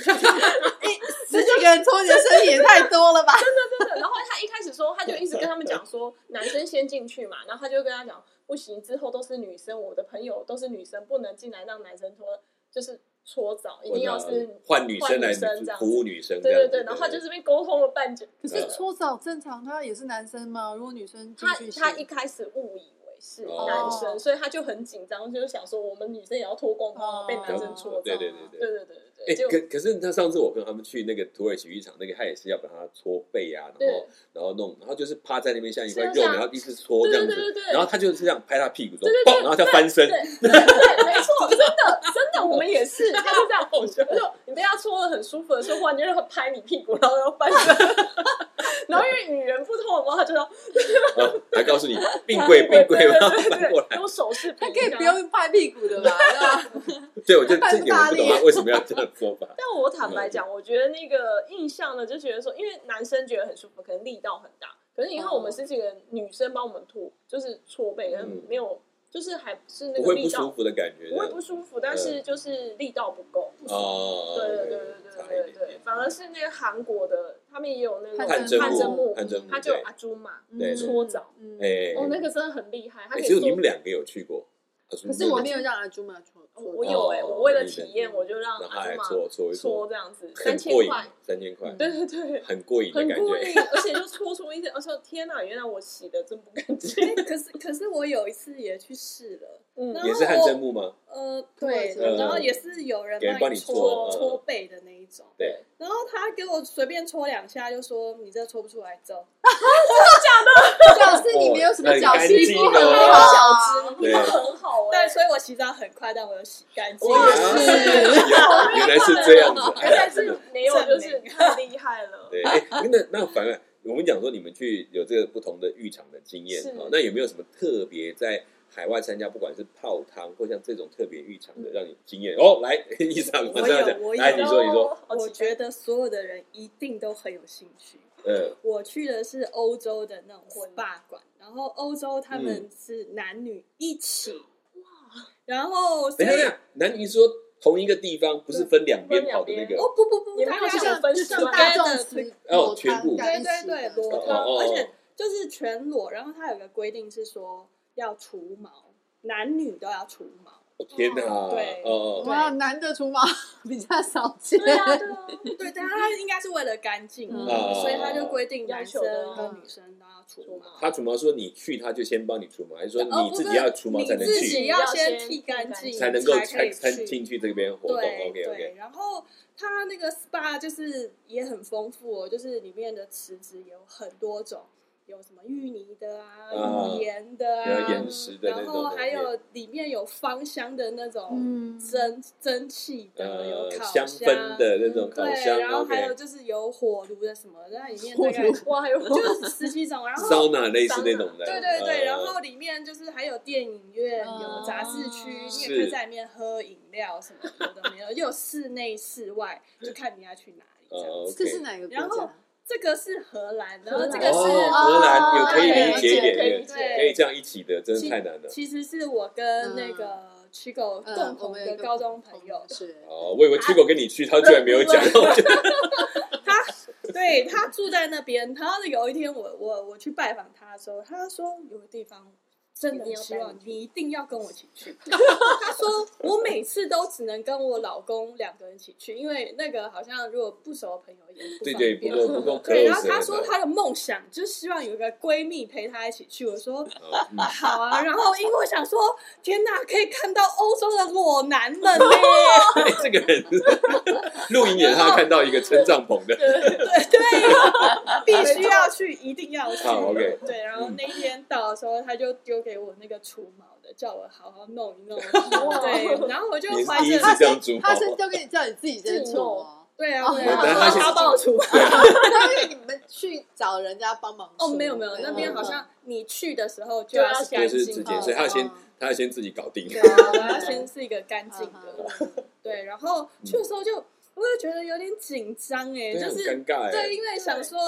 [SPEAKER 2] 十几个人搓你的身体也太多了吧？
[SPEAKER 3] 真的。然后他一开始说，他就一直跟他们讲说，男生先进去嘛，然后他就跟他讲，不行，之后都是女生，我的朋友都是女生，不能进来让男生搓，就是搓澡，一定要是
[SPEAKER 1] 换女生来
[SPEAKER 3] 换女生这样子
[SPEAKER 1] 服务女生这
[SPEAKER 3] 对
[SPEAKER 1] 样
[SPEAKER 3] 对
[SPEAKER 1] 子，
[SPEAKER 3] 对。然后他就这边沟通了半久，
[SPEAKER 2] 可
[SPEAKER 1] 呃
[SPEAKER 2] 是搓澡正常，他也是男生吗？如果女生进
[SPEAKER 3] 他
[SPEAKER 2] 去是，
[SPEAKER 3] 他一开始误以为是
[SPEAKER 1] 哦
[SPEAKER 3] 男生，所以他就很紧张，就是想说我们女生也要脱光光
[SPEAKER 2] 哦
[SPEAKER 3] 被男生搓澡。
[SPEAKER 1] 对
[SPEAKER 3] 对
[SPEAKER 1] 对对对。
[SPEAKER 3] 对对对
[SPEAKER 1] 哎、
[SPEAKER 3] 对，就
[SPEAKER 1] 可可是他上次我跟他们去那个土耳其浴场，那个他也是要把它搓背啊，然后
[SPEAKER 3] 对
[SPEAKER 1] 然后弄，然后就是趴在那边像一块
[SPEAKER 3] 是
[SPEAKER 1] 肉，
[SPEAKER 3] 啊是啊
[SPEAKER 1] 然后一直搓这样子，
[SPEAKER 3] 对对对对对
[SPEAKER 1] 然后他就是这样拍他屁股，说
[SPEAKER 3] 对对对
[SPEAKER 1] 嘣，然后他翻身，
[SPEAKER 3] 对对对，没错，真的真的，我们也 是，他就这样，
[SPEAKER 1] 好笑
[SPEAKER 3] 我就你被他搓的很舒服的时候，忽然间就拍你屁股，然后又翻 身，然后因为语言不通的话，他就要
[SPEAKER 1] 然后还告诉你并跪并跪，然后
[SPEAKER 3] 对对
[SPEAKER 1] 翻过
[SPEAKER 3] 对
[SPEAKER 1] 来
[SPEAKER 3] 对，。用手势比
[SPEAKER 2] 他
[SPEAKER 3] 一下，
[SPEAKER 2] 可以不用拍屁股的吧？啊
[SPEAKER 4] 啊
[SPEAKER 2] 对啊吧
[SPEAKER 1] 对，我就
[SPEAKER 2] 他
[SPEAKER 1] 这
[SPEAKER 2] 翻
[SPEAKER 1] 点我不懂
[SPEAKER 2] 大
[SPEAKER 1] 啊，
[SPEAKER 2] 力
[SPEAKER 1] 为什么要这样做法？
[SPEAKER 3] 但我坦白讲，我觉得那个印象呢，就觉得说，因为男生觉得很舒服，可能力道很大。可是你看，
[SPEAKER 2] 哦
[SPEAKER 3] 我们是几个女生帮我们吐，就是搓背，可
[SPEAKER 1] 嗯
[SPEAKER 3] 能没有，就是还是 那
[SPEAKER 1] 不
[SPEAKER 3] 个
[SPEAKER 1] 会不
[SPEAKER 3] 力
[SPEAKER 1] 舒
[SPEAKER 3] 道
[SPEAKER 1] 服的感觉
[SPEAKER 3] 不会不
[SPEAKER 1] 的
[SPEAKER 3] 舒服，但是就是力道不够。
[SPEAKER 1] 哦，
[SPEAKER 3] 对对对
[SPEAKER 1] 差
[SPEAKER 3] 对
[SPEAKER 1] 一
[SPEAKER 3] 对
[SPEAKER 1] 点
[SPEAKER 3] 对，反而是那个韩国的，他们也有那个
[SPEAKER 1] 汗
[SPEAKER 2] 汗
[SPEAKER 1] 蒸
[SPEAKER 2] 蒸
[SPEAKER 3] 汗蒸
[SPEAKER 1] 木，
[SPEAKER 3] 木，
[SPEAKER 1] 汗蒸木，
[SPEAKER 3] 他就啊
[SPEAKER 1] 对
[SPEAKER 3] 阿朱嘛，
[SPEAKER 1] 对
[SPEAKER 3] 对搓澡
[SPEAKER 2] 嗯
[SPEAKER 1] 哎、
[SPEAKER 3] 哦，那个真的很厉害，他
[SPEAKER 1] 哎
[SPEAKER 3] 可以
[SPEAKER 1] 只有
[SPEAKER 3] 做。
[SPEAKER 1] 你们两个有去过，
[SPEAKER 2] 可是我没有让阿朱玛搓，
[SPEAKER 3] 哦
[SPEAKER 2] 搓
[SPEAKER 3] 我有哎，
[SPEAKER 1] 哦
[SPEAKER 3] 我为了体验，
[SPEAKER 2] 你
[SPEAKER 3] 我就让
[SPEAKER 1] 然后
[SPEAKER 3] 阿
[SPEAKER 1] 还
[SPEAKER 3] 朱嘛
[SPEAKER 1] 搓搓一
[SPEAKER 3] 搓，这样子，
[SPEAKER 1] 很
[SPEAKER 3] 三
[SPEAKER 1] 过
[SPEAKER 3] 千
[SPEAKER 1] 瘾
[SPEAKER 3] 块，，
[SPEAKER 1] 三千块，
[SPEAKER 3] 对对对，
[SPEAKER 1] 很过瘾的
[SPEAKER 3] 很
[SPEAKER 1] 感
[SPEAKER 3] 过
[SPEAKER 1] 觉。
[SPEAKER 3] 瘾，而且就搓出一些，而且天哪，原来我洗的真不干 净。
[SPEAKER 4] 哎可是可是我有一次也去试了，
[SPEAKER 3] 嗯
[SPEAKER 4] 然后
[SPEAKER 1] 也是汗蒸木吗？
[SPEAKER 4] 呃，
[SPEAKER 2] 对
[SPEAKER 4] 对，
[SPEAKER 1] 嗯
[SPEAKER 4] 然后也是有人
[SPEAKER 1] 给人帮
[SPEAKER 4] 你
[SPEAKER 1] 你搓嗯
[SPEAKER 4] 搓背的那一种，
[SPEAKER 1] 对，
[SPEAKER 4] 然后他给我随便搓两下，就说你这搓不出来，
[SPEAKER 1] 哦
[SPEAKER 4] 走。
[SPEAKER 2] 表示你没有什么脚皮肤啊
[SPEAKER 1] 哦很哦
[SPEAKER 2] 很好，
[SPEAKER 3] 你真的很好哎，
[SPEAKER 4] 但所以我洗澡很快，但我有洗干净。
[SPEAKER 3] 我也是
[SPEAKER 1] 啊 原原来是这样子，哎
[SPEAKER 3] 原来
[SPEAKER 1] 呀，真
[SPEAKER 3] 是
[SPEAKER 1] 的。
[SPEAKER 3] 没 有，就是太厉害了。
[SPEAKER 1] 对，哎，那那反而我们讲说你们去有这个不同的浴场的经验
[SPEAKER 3] 是
[SPEAKER 1] 啊，那有没有什么特别在海外参加，不管是泡汤或像这种特别浴场
[SPEAKER 3] 嗯
[SPEAKER 1] 的，让你经验？哦，来，伊莎，我
[SPEAKER 4] 我有
[SPEAKER 1] 这样讲
[SPEAKER 4] 我，有
[SPEAKER 1] 哎来，你说，你说，
[SPEAKER 3] 哦好期待
[SPEAKER 4] 我觉得所有的人一定都很有兴趣。
[SPEAKER 1] 嗯，
[SPEAKER 4] 我去的是欧洲的那种
[SPEAKER 3] 婚
[SPEAKER 4] SPA 馆，然后欧洲他们
[SPEAKER 1] 嗯
[SPEAKER 4] 是男女一起，然后所
[SPEAKER 1] 等一下，等一
[SPEAKER 4] 以
[SPEAKER 1] 下，男女说同一个地方，不是分两边跑的那个，
[SPEAKER 4] 哦不不不，
[SPEAKER 3] 也没有
[SPEAKER 4] 他
[SPEAKER 2] 就
[SPEAKER 3] 像
[SPEAKER 4] 俩
[SPEAKER 2] 像就像大众吃
[SPEAKER 1] 哦全部
[SPEAKER 4] 对对对裸
[SPEAKER 1] 哦
[SPEAKER 4] 汤，
[SPEAKER 1] 哦哦
[SPEAKER 4] 而且就是全裸，然后他有个规定是说要除毛，男女都要除毛。
[SPEAKER 1] 哦天哪，哦
[SPEAKER 4] 对
[SPEAKER 1] 哦，
[SPEAKER 2] 哇，男的除毛比较少见，
[SPEAKER 3] 对啊，对啊，
[SPEAKER 4] 对，但他应该是为了干净，
[SPEAKER 3] 嗯
[SPEAKER 4] 所以他就规定男生
[SPEAKER 3] 要求
[SPEAKER 2] 的
[SPEAKER 4] 跟女生都要除毛。
[SPEAKER 1] 他除毛说你去，他就先帮你除毛，还是说
[SPEAKER 4] 哦
[SPEAKER 1] 你
[SPEAKER 4] 不
[SPEAKER 1] 自
[SPEAKER 4] 是
[SPEAKER 1] 己要除毛才能
[SPEAKER 4] 你自
[SPEAKER 1] 去？
[SPEAKER 4] 己要先剃干净，
[SPEAKER 1] 才能够
[SPEAKER 4] 才可
[SPEAKER 1] 参
[SPEAKER 4] 以
[SPEAKER 1] 参进去这边活动。
[SPEAKER 4] 对
[SPEAKER 1] OK
[SPEAKER 4] 对
[SPEAKER 1] OK，，
[SPEAKER 4] 然后它那个 SPA 就是也很丰富哦，就是里面的池子有很多种，有什么芋泥的
[SPEAKER 1] 啊
[SPEAKER 4] 啊，盐的
[SPEAKER 1] 然后
[SPEAKER 4] 啊
[SPEAKER 1] 岩，石的那
[SPEAKER 4] 然
[SPEAKER 1] 种
[SPEAKER 4] 后
[SPEAKER 1] 的，
[SPEAKER 4] 还有里面有芳香的那种
[SPEAKER 2] 嗯，
[SPEAKER 4] 蒸蒸汽的，
[SPEAKER 1] 呃
[SPEAKER 4] 有烤嗯
[SPEAKER 1] 香氛的那种烤
[SPEAKER 4] 对，
[SPEAKER 1] 箱
[SPEAKER 4] 然后还有
[SPEAKER 1] ，OK，
[SPEAKER 4] 就是有火炉的什么，那里面大概
[SPEAKER 3] 哇，还有
[SPEAKER 4] 就是十几种，然后
[SPEAKER 1] 桑拿类似那种的，
[SPEAKER 4] 对对
[SPEAKER 1] 呃
[SPEAKER 4] 对，然后里面就是还有电影院，
[SPEAKER 2] 嗯
[SPEAKER 4] 有杂志区，你也
[SPEAKER 1] 是
[SPEAKER 4] 可以在里面喝饮料什么有的没有，又有室内室外，就看你要去哪里这
[SPEAKER 1] 呃
[SPEAKER 4] 样。
[SPEAKER 2] 这
[SPEAKER 1] OK，
[SPEAKER 2] 是哪个
[SPEAKER 4] 然
[SPEAKER 2] 国
[SPEAKER 4] 后
[SPEAKER 2] 家？
[SPEAKER 4] 这个是荷兰，然后这个
[SPEAKER 1] 哦
[SPEAKER 4] 是、啊
[SPEAKER 1] 荷兰有
[SPEAKER 2] 哦
[SPEAKER 1] 可以理
[SPEAKER 2] 对
[SPEAKER 1] 解一
[SPEAKER 3] 哎可以
[SPEAKER 1] 点
[SPEAKER 3] 理解可以理，
[SPEAKER 4] 解
[SPEAKER 1] 可以这样一起的，真的太难了。
[SPEAKER 4] 其实是我跟那个 Chico
[SPEAKER 2] 嗯
[SPEAKER 4] 共
[SPEAKER 2] 我
[SPEAKER 4] 同
[SPEAKER 2] 们有
[SPEAKER 4] 的
[SPEAKER 2] 一个
[SPEAKER 4] 高中朋友，
[SPEAKER 2] 是
[SPEAKER 4] 啊
[SPEAKER 1] 哦，我以为 Chico 跟你去，他居然没有讲，
[SPEAKER 4] 他对他住在那边，然后有一天我我我去拜访他的时候，他说有个地方真的很希望你一定要跟我一起去。他说我每次都只能跟我老公两个人一起去，因为那个好像如果不熟的朋友也 不
[SPEAKER 1] 对
[SPEAKER 4] 方
[SPEAKER 1] 对，
[SPEAKER 4] 便。
[SPEAKER 1] 不够不够 close 的。
[SPEAKER 4] 对，然后他说他的梦想就是希望有一个闺蜜陪他一起去。我说
[SPEAKER 1] 哦嗯
[SPEAKER 4] 好啊，然后因为我想说，天哪，可以看到欧洲的裸男们呢。
[SPEAKER 1] 哎这个人露营也是他看到一个撑帐篷的，
[SPEAKER 4] 对 对，必须要去，一定要去。
[SPEAKER 1] 好，OK
[SPEAKER 4] 对，然后那一天到的时候，他就丢给我那个除毛的，叫我好好弄一弄。
[SPEAKER 1] 嗯
[SPEAKER 4] 对，然后 我就
[SPEAKER 1] 你是
[SPEAKER 4] 怀
[SPEAKER 1] 第一
[SPEAKER 4] 着
[SPEAKER 1] 次这样煮
[SPEAKER 2] 他
[SPEAKER 1] 好，
[SPEAKER 2] 是就跟你叫你自己先
[SPEAKER 3] 自
[SPEAKER 2] 出
[SPEAKER 3] 己弄
[SPEAKER 2] 哦，
[SPEAKER 4] 对啊，对
[SPEAKER 1] 但
[SPEAKER 4] 啊，
[SPEAKER 1] 他
[SPEAKER 4] 说
[SPEAKER 1] 是
[SPEAKER 4] 他帮我除。
[SPEAKER 2] 然后因为你们去找人家帮忙
[SPEAKER 4] 哦，
[SPEAKER 2] 梳
[SPEAKER 4] 没有没有，
[SPEAKER 1] 嗯
[SPEAKER 2] 对嗯
[SPEAKER 4] 那边好像你去的时候就
[SPEAKER 3] 就
[SPEAKER 4] 要
[SPEAKER 3] 要
[SPEAKER 4] 是
[SPEAKER 1] 就
[SPEAKER 3] 先
[SPEAKER 4] 干
[SPEAKER 1] 是
[SPEAKER 4] 净
[SPEAKER 1] 自
[SPEAKER 4] 的
[SPEAKER 1] 己，
[SPEAKER 2] 哦
[SPEAKER 1] 嗯所以他先
[SPEAKER 2] 哦
[SPEAKER 1] 他先自己搞定。
[SPEAKER 4] 对啊，我 要先是一个干
[SPEAKER 2] 嗯
[SPEAKER 4] 净
[SPEAKER 1] 嗯
[SPEAKER 4] 的，对，然后去的时候就我就觉得有点紧张哎，
[SPEAKER 1] 对
[SPEAKER 4] 就
[SPEAKER 1] 很
[SPEAKER 4] 是
[SPEAKER 1] 尴尬哎
[SPEAKER 4] 对，，因为想说，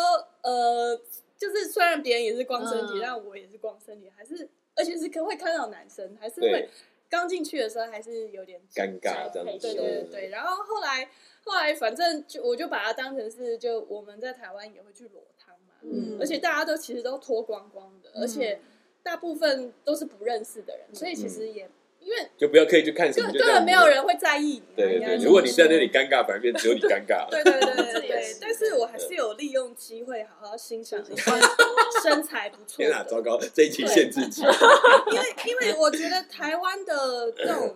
[SPEAKER 4] 呃，就是虽然别人也是光身体，
[SPEAKER 2] 嗯
[SPEAKER 4] 但我也是光身体，还是而且是可会看到男生，还是
[SPEAKER 1] 对
[SPEAKER 4] 会，刚进去的时候还是有点紧
[SPEAKER 1] 尴尬这样子。
[SPEAKER 4] 对对对，然后后来后来反正就我就把它当成是就我们在台湾也会去裸汤嘛，
[SPEAKER 2] 嗯
[SPEAKER 4] 而且大家都其实都脱光光的，而且
[SPEAKER 1] 嗯
[SPEAKER 4] 大部分都是不认识的人，所以其实也因为
[SPEAKER 1] 就不要刻意去看什
[SPEAKER 4] 根
[SPEAKER 1] 么，就
[SPEAKER 4] 根
[SPEAKER 1] 这样子
[SPEAKER 4] 本没有。人会在意你啊，
[SPEAKER 1] 对
[SPEAKER 4] 应该
[SPEAKER 1] 对对，
[SPEAKER 4] 这么
[SPEAKER 1] 如果你
[SPEAKER 4] 说
[SPEAKER 1] 在那里尴尬，反正变只有你尴尬。
[SPEAKER 4] 对对对对
[SPEAKER 3] 这也
[SPEAKER 4] 对
[SPEAKER 3] 是，
[SPEAKER 4] 但是我还是有利用机会好好欣赏一些身材不错
[SPEAKER 1] 天哪，
[SPEAKER 4] 的，
[SPEAKER 1] 糟糕，这一期限制 级。
[SPEAKER 4] 因为因为我觉得台湾的那种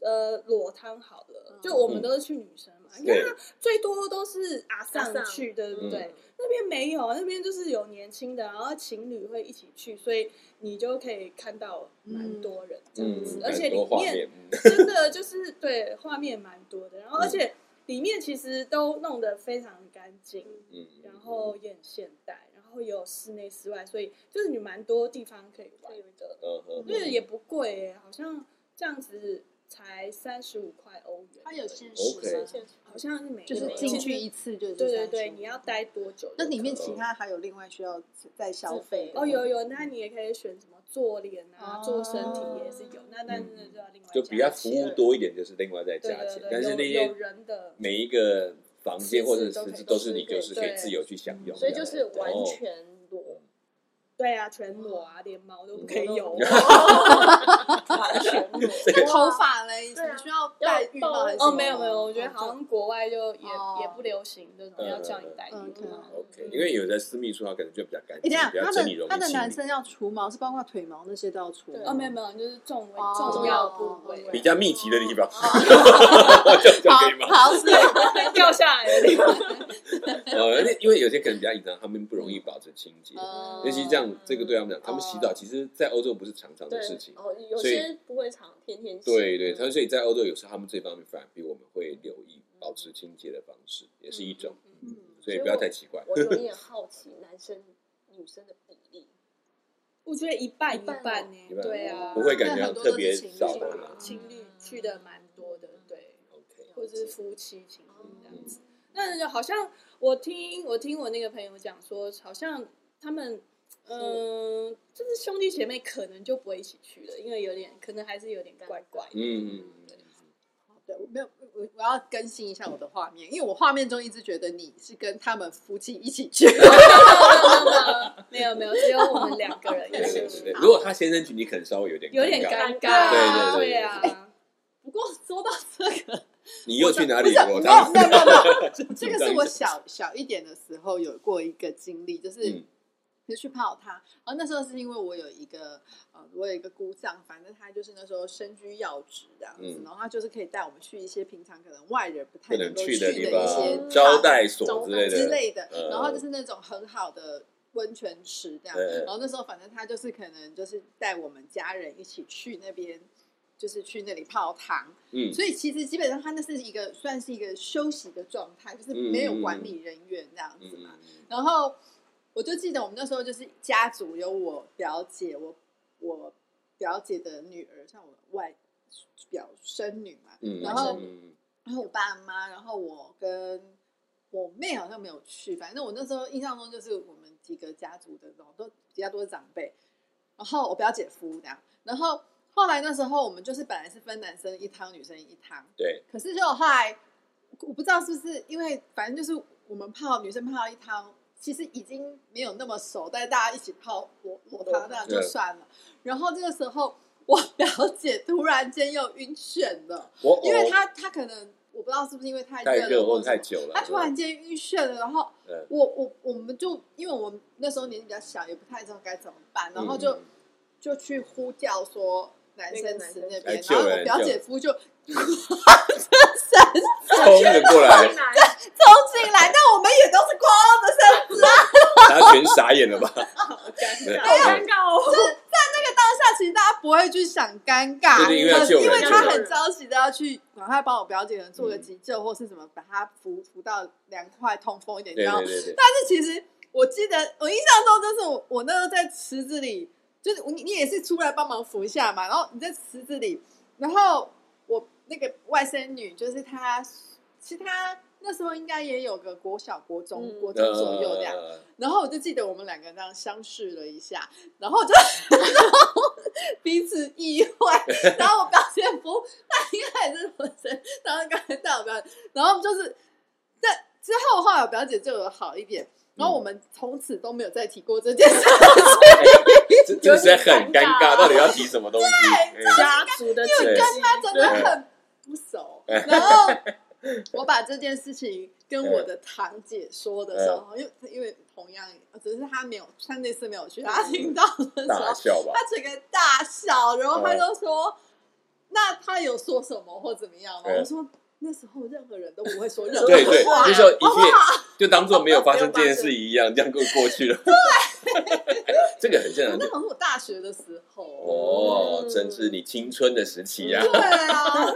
[SPEAKER 4] 呃裸汤好了
[SPEAKER 2] 嗯，
[SPEAKER 4] 就我们都是去女生嘛，因为
[SPEAKER 1] 对
[SPEAKER 4] 最多都是阿
[SPEAKER 3] 阿
[SPEAKER 4] 上
[SPEAKER 3] 桑
[SPEAKER 4] 去，对不对
[SPEAKER 1] 嗯？
[SPEAKER 4] 那边没有，啊那边就是有年轻的，然后情侣会一起去，所以你就可以看到蛮多人这样子
[SPEAKER 1] 嗯，，
[SPEAKER 4] 而且
[SPEAKER 1] 很
[SPEAKER 4] 里
[SPEAKER 1] 多画
[SPEAKER 4] 面
[SPEAKER 1] 面，嗯
[SPEAKER 4] 真的就是对画面蛮多的，然后而且里面其实都弄得非常干净，
[SPEAKER 1] 嗯，
[SPEAKER 4] 然后也很现代，然后也有室内室外，所以就是你蛮多地方可以玩的，
[SPEAKER 1] 嗯哼，
[SPEAKER 4] 因为也不贵耶、好像这样子才三十五块欧元，
[SPEAKER 2] 他有限
[SPEAKER 1] OK
[SPEAKER 2] 时吗，
[SPEAKER 4] 好像是每
[SPEAKER 2] 就是
[SPEAKER 4] 个人
[SPEAKER 2] 进去一次就是
[SPEAKER 4] 对对
[SPEAKER 2] 35
[SPEAKER 4] 对，你要待多久？
[SPEAKER 2] 那里面其他还有另外需要再消费的
[SPEAKER 4] 哦有有，那你也可以选什么做脸啊、
[SPEAKER 2] 哦
[SPEAKER 4] 做身体也是有，那但是就要另外
[SPEAKER 1] 就比较
[SPEAKER 4] 加
[SPEAKER 1] 服
[SPEAKER 4] 钱
[SPEAKER 1] 务多一点，就是另外再
[SPEAKER 4] 对
[SPEAKER 1] 加
[SPEAKER 4] 对
[SPEAKER 1] 钱
[SPEAKER 4] 对，。
[SPEAKER 1] 但是
[SPEAKER 4] 有
[SPEAKER 1] 那
[SPEAKER 4] 有
[SPEAKER 1] 些
[SPEAKER 4] 人的
[SPEAKER 1] 每一个房间或者
[SPEAKER 4] 设
[SPEAKER 1] 池
[SPEAKER 4] 施
[SPEAKER 1] 子
[SPEAKER 4] 都
[SPEAKER 1] 都
[SPEAKER 4] 可
[SPEAKER 1] 是
[SPEAKER 4] 以
[SPEAKER 1] 你
[SPEAKER 4] 都是
[SPEAKER 1] 就是可以
[SPEAKER 4] 对
[SPEAKER 1] 自由去享用，
[SPEAKER 3] 所以就是完
[SPEAKER 1] 哦
[SPEAKER 3] 全裸，
[SPEAKER 4] 对啊，全裸啊，连毛都不可以有。
[SPEAKER 3] 完全裸。啊
[SPEAKER 1] 这
[SPEAKER 4] 啊
[SPEAKER 1] 个
[SPEAKER 2] 那头发嘞，
[SPEAKER 3] 对啊
[SPEAKER 2] 你需要戴浴帽还是什么嗯
[SPEAKER 4] 哦，
[SPEAKER 2] 吗
[SPEAKER 4] 没有没有，我觉得好像国外就也
[SPEAKER 2] 哦
[SPEAKER 4] 也不流行这种
[SPEAKER 1] 嗯
[SPEAKER 4] 要叫你戴衣服嘛。
[SPEAKER 1] OK，因为有的私密处它可能就比较干
[SPEAKER 2] 哎，
[SPEAKER 1] 净
[SPEAKER 2] 等一，下
[SPEAKER 1] 比较
[SPEAKER 2] 他
[SPEAKER 1] 整理
[SPEAKER 2] 的
[SPEAKER 1] 容
[SPEAKER 2] 他
[SPEAKER 1] 易
[SPEAKER 2] 的
[SPEAKER 1] 清
[SPEAKER 2] 男
[SPEAKER 1] 理，
[SPEAKER 2] 生要除毛，是包括腿毛那些都要除
[SPEAKER 3] 对
[SPEAKER 4] 哦，
[SPEAKER 2] 吗。
[SPEAKER 4] 没有没有，就是重微
[SPEAKER 2] 哦
[SPEAKER 4] 重要的部位，
[SPEAKER 1] 比较密集的地方， 这样
[SPEAKER 2] 好
[SPEAKER 1] 可以吗？
[SPEAKER 2] 好是，
[SPEAKER 4] 掉下来的地方。
[SPEAKER 1] 呃，那因为有些可能比较隐藏，他们不容易保持清洁，
[SPEAKER 2] 嗯
[SPEAKER 1] 尤其这样，这个对他们讲，他们洗澡其实，在欧洲不是常常的事
[SPEAKER 3] 对
[SPEAKER 1] 情，。
[SPEAKER 3] 哦，嗯有
[SPEAKER 1] 所以
[SPEAKER 3] 些不会常天天洗
[SPEAKER 1] 对对，他所以在欧洲有时候他们这方面反而比我们会留意保持清洁的方式，也 是一种，
[SPEAKER 2] 嗯
[SPEAKER 1] 所以不要太奇怪。
[SPEAKER 3] 我有点好奇男生女生的比例，
[SPEAKER 4] 我觉得一半
[SPEAKER 3] 一半哦
[SPEAKER 4] 半呢
[SPEAKER 1] 一，半
[SPEAKER 4] 对啊，
[SPEAKER 1] 不会感觉特别少的
[SPEAKER 4] 对
[SPEAKER 1] 人。
[SPEAKER 4] 情侣去的蛮多的，对，
[SPEAKER 1] OK，
[SPEAKER 4] 或者是夫妻情侣这样子。那就好像我听我听我那个朋友讲说，好像他们嗯、就是兄弟姐妹可能就不会一起去了，因为有点可能还是有点怪怪的。
[SPEAKER 1] 嗯，
[SPEAKER 2] 对，我没有，我我要更新一下我的画面，因为我画面中一直觉得你是跟他们夫妻一起去，
[SPEAKER 4] 没有没有，只有我们两个人
[SPEAKER 1] 对
[SPEAKER 4] 一起
[SPEAKER 1] 对
[SPEAKER 4] 去
[SPEAKER 1] 对，，如果他先生去，你可能稍微有点
[SPEAKER 4] 有点
[SPEAKER 1] 尬。
[SPEAKER 4] 尴
[SPEAKER 1] 对
[SPEAKER 4] 尬，
[SPEAKER 1] 对对
[SPEAKER 4] 对啊。
[SPEAKER 2] 不过说到这个，
[SPEAKER 1] 啊你又去哪
[SPEAKER 2] 不
[SPEAKER 1] 里
[SPEAKER 2] 是
[SPEAKER 1] 了？我
[SPEAKER 2] 没有没有没有没有，
[SPEAKER 1] 有
[SPEAKER 2] 这个是我小小一点的时候有过一个经历，就是、
[SPEAKER 1] 嗯
[SPEAKER 2] 就去泡它。然后那时候是因为我有一个呃，我有一个姑丈，反正他就是那时候身居要职这样子，
[SPEAKER 1] 嗯
[SPEAKER 2] 然后他就是可以带我们去一些平常可能外人不
[SPEAKER 1] 不
[SPEAKER 2] 太能
[SPEAKER 1] 能
[SPEAKER 2] 够
[SPEAKER 1] 去
[SPEAKER 2] 的
[SPEAKER 1] 的
[SPEAKER 2] 一
[SPEAKER 1] 地
[SPEAKER 2] 些
[SPEAKER 1] 方，
[SPEAKER 2] 场
[SPEAKER 1] 招待所
[SPEAKER 3] 招
[SPEAKER 1] 之
[SPEAKER 3] 待
[SPEAKER 1] 类
[SPEAKER 2] 之
[SPEAKER 1] 的，
[SPEAKER 2] 类的，
[SPEAKER 1] 嗯
[SPEAKER 2] 然后就是那种很好的温泉池这样。
[SPEAKER 1] 嗯
[SPEAKER 2] 然后那时候反正他就是可能就是带我们家人一起去那边，就是去那里泡汤。
[SPEAKER 1] 嗯，
[SPEAKER 2] 所以其实基本上他那是一个算是一个休息的状态，就是没有管理人员这样子嘛。
[SPEAKER 1] 嗯
[SPEAKER 2] 然后我就记得我们那时候就是家族有我表姐，我我表姐的女儿，像我外表孙女嘛，
[SPEAKER 1] 嗯，
[SPEAKER 2] 然后
[SPEAKER 1] 嗯
[SPEAKER 2] 然后我爸妈，然后我跟我妹好像没有去，反正我那时候印象中就是我们几个家族的那种都比较多是长辈，然后我表姐夫这样，然后后来那时候我们就是本来是分男生一汤，女生一汤，
[SPEAKER 1] 对，
[SPEAKER 2] 可是就后来我不知道是不是因为反正就是。我们泡女生泡一汤，其实已经没有那么熟，但是大家一起泡裸裸汤那就算了。然后这个时候，我表姐突然间又晕眩了，
[SPEAKER 1] 我
[SPEAKER 2] 因为她她可能我不知道是不是因为太
[SPEAKER 1] 哦太
[SPEAKER 2] 热
[SPEAKER 1] 热
[SPEAKER 2] 了
[SPEAKER 1] 或
[SPEAKER 2] 或
[SPEAKER 1] 者
[SPEAKER 2] 者什
[SPEAKER 1] 太
[SPEAKER 2] 么，
[SPEAKER 1] 久了，
[SPEAKER 2] 她突然间晕眩了，然后
[SPEAKER 1] 嗯
[SPEAKER 2] 我我我们就因为我们那时候年纪比较小，也不太知道该怎么办，然后就、
[SPEAKER 1] 嗯
[SPEAKER 2] 就去呼叫说男生池那
[SPEAKER 1] 来
[SPEAKER 2] 边，
[SPEAKER 1] 救
[SPEAKER 2] 然后
[SPEAKER 1] 人
[SPEAKER 2] 我表
[SPEAKER 1] 救
[SPEAKER 2] 姐
[SPEAKER 1] 人
[SPEAKER 2] 夫就
[SPEAKER 1] 嗯
[SPEAKER 2] 冲
[SPEAKER 1] 冲着过 来，
[SPEAKER 2] 进来，但我们也都是光着身子啊。
[SPEAKER 1] 大家全傻眼了吧？
[SPEAKER 4] 好尴
[SPEAKER 1] 对
[SPEAKER 4] 尬。
[SPEAKER 3] 好尴尬哦，
[SPEAKER 2] 当下其实大家不会去想尴尬，
[SPEAKER 1] 对对因
[SPEAKER 2] 因
[SPEAKER 1] 为要救人
[SPEAKER 2] 他很着急的要去赶快帮我表姐做个急救，或是怎么把她扶扶到凉快通风一点，
[SPEAKER 1] 对
[SPEAKER 2] 然后
[SPEAKER 1] 对对对，
[SPEAKER 2] 但是其实我记得，我印象中就是我我那时候在池子里，就是你你也是出来帮忙扶一下嘛，然后你在池子里，然后我那个外甥女就是她，其实她那时候应该也有个国小、国中、
[SPEAKER 4] 嗯
[SPEAKER 2] 国中左右这样，
[SPEAKER 1] 呃
[SPEAKER 2] 然后我就记得我们两个这样相视了一下，然后就 然后彼此意会，然后我表姐夫他应该也是我生，然后刚才带我表姐，然后就是但之后后来我表姐就有好一点，然后我们从此都没有再提过这件事，
[SPEAKER 1] 这这实在很尴尬，
[SPEAKER 3] 有点尴尬
[SPEAKER 1] 到底要提什么东西？嗯
[SPEAKER 4] 家族的
[SPEAKER 1] 因为
[SPEAKER 4] 亲
[SPEAKER 1] 跟
[SPEAKER 4] 戚
[SPEAKER 2] 他真的很不熟。然后我把这件事情跟我的堂姐说的时候，因为因为同样，呃只是她没有，她那次没有去，她听到的时
[SPEAKER 1] 大
[SPEAKER 2] 候。
[SPEAKER 1] 笑吧，
[SPEAKER 2] 他整个大笑，然后他就说：“那他有说什么或怎么样吗？”
[SPEAKER 1] 嗯
[SPEAKER 2] 我说：“那时候任何人都不会说任何
[SPEAKER 1] 对对，
[SPEAKER 2] 话。
[SPEAKER 1] 那时候一切就当做没有发生这件事一样，这样过过去了。 这个很正常
[SPEAKER 2] 那。好像是我大学的时候，
[SPEAKER 1] 哦，真是你青春的时期呀、
[SPEAKER 2] 对 啊，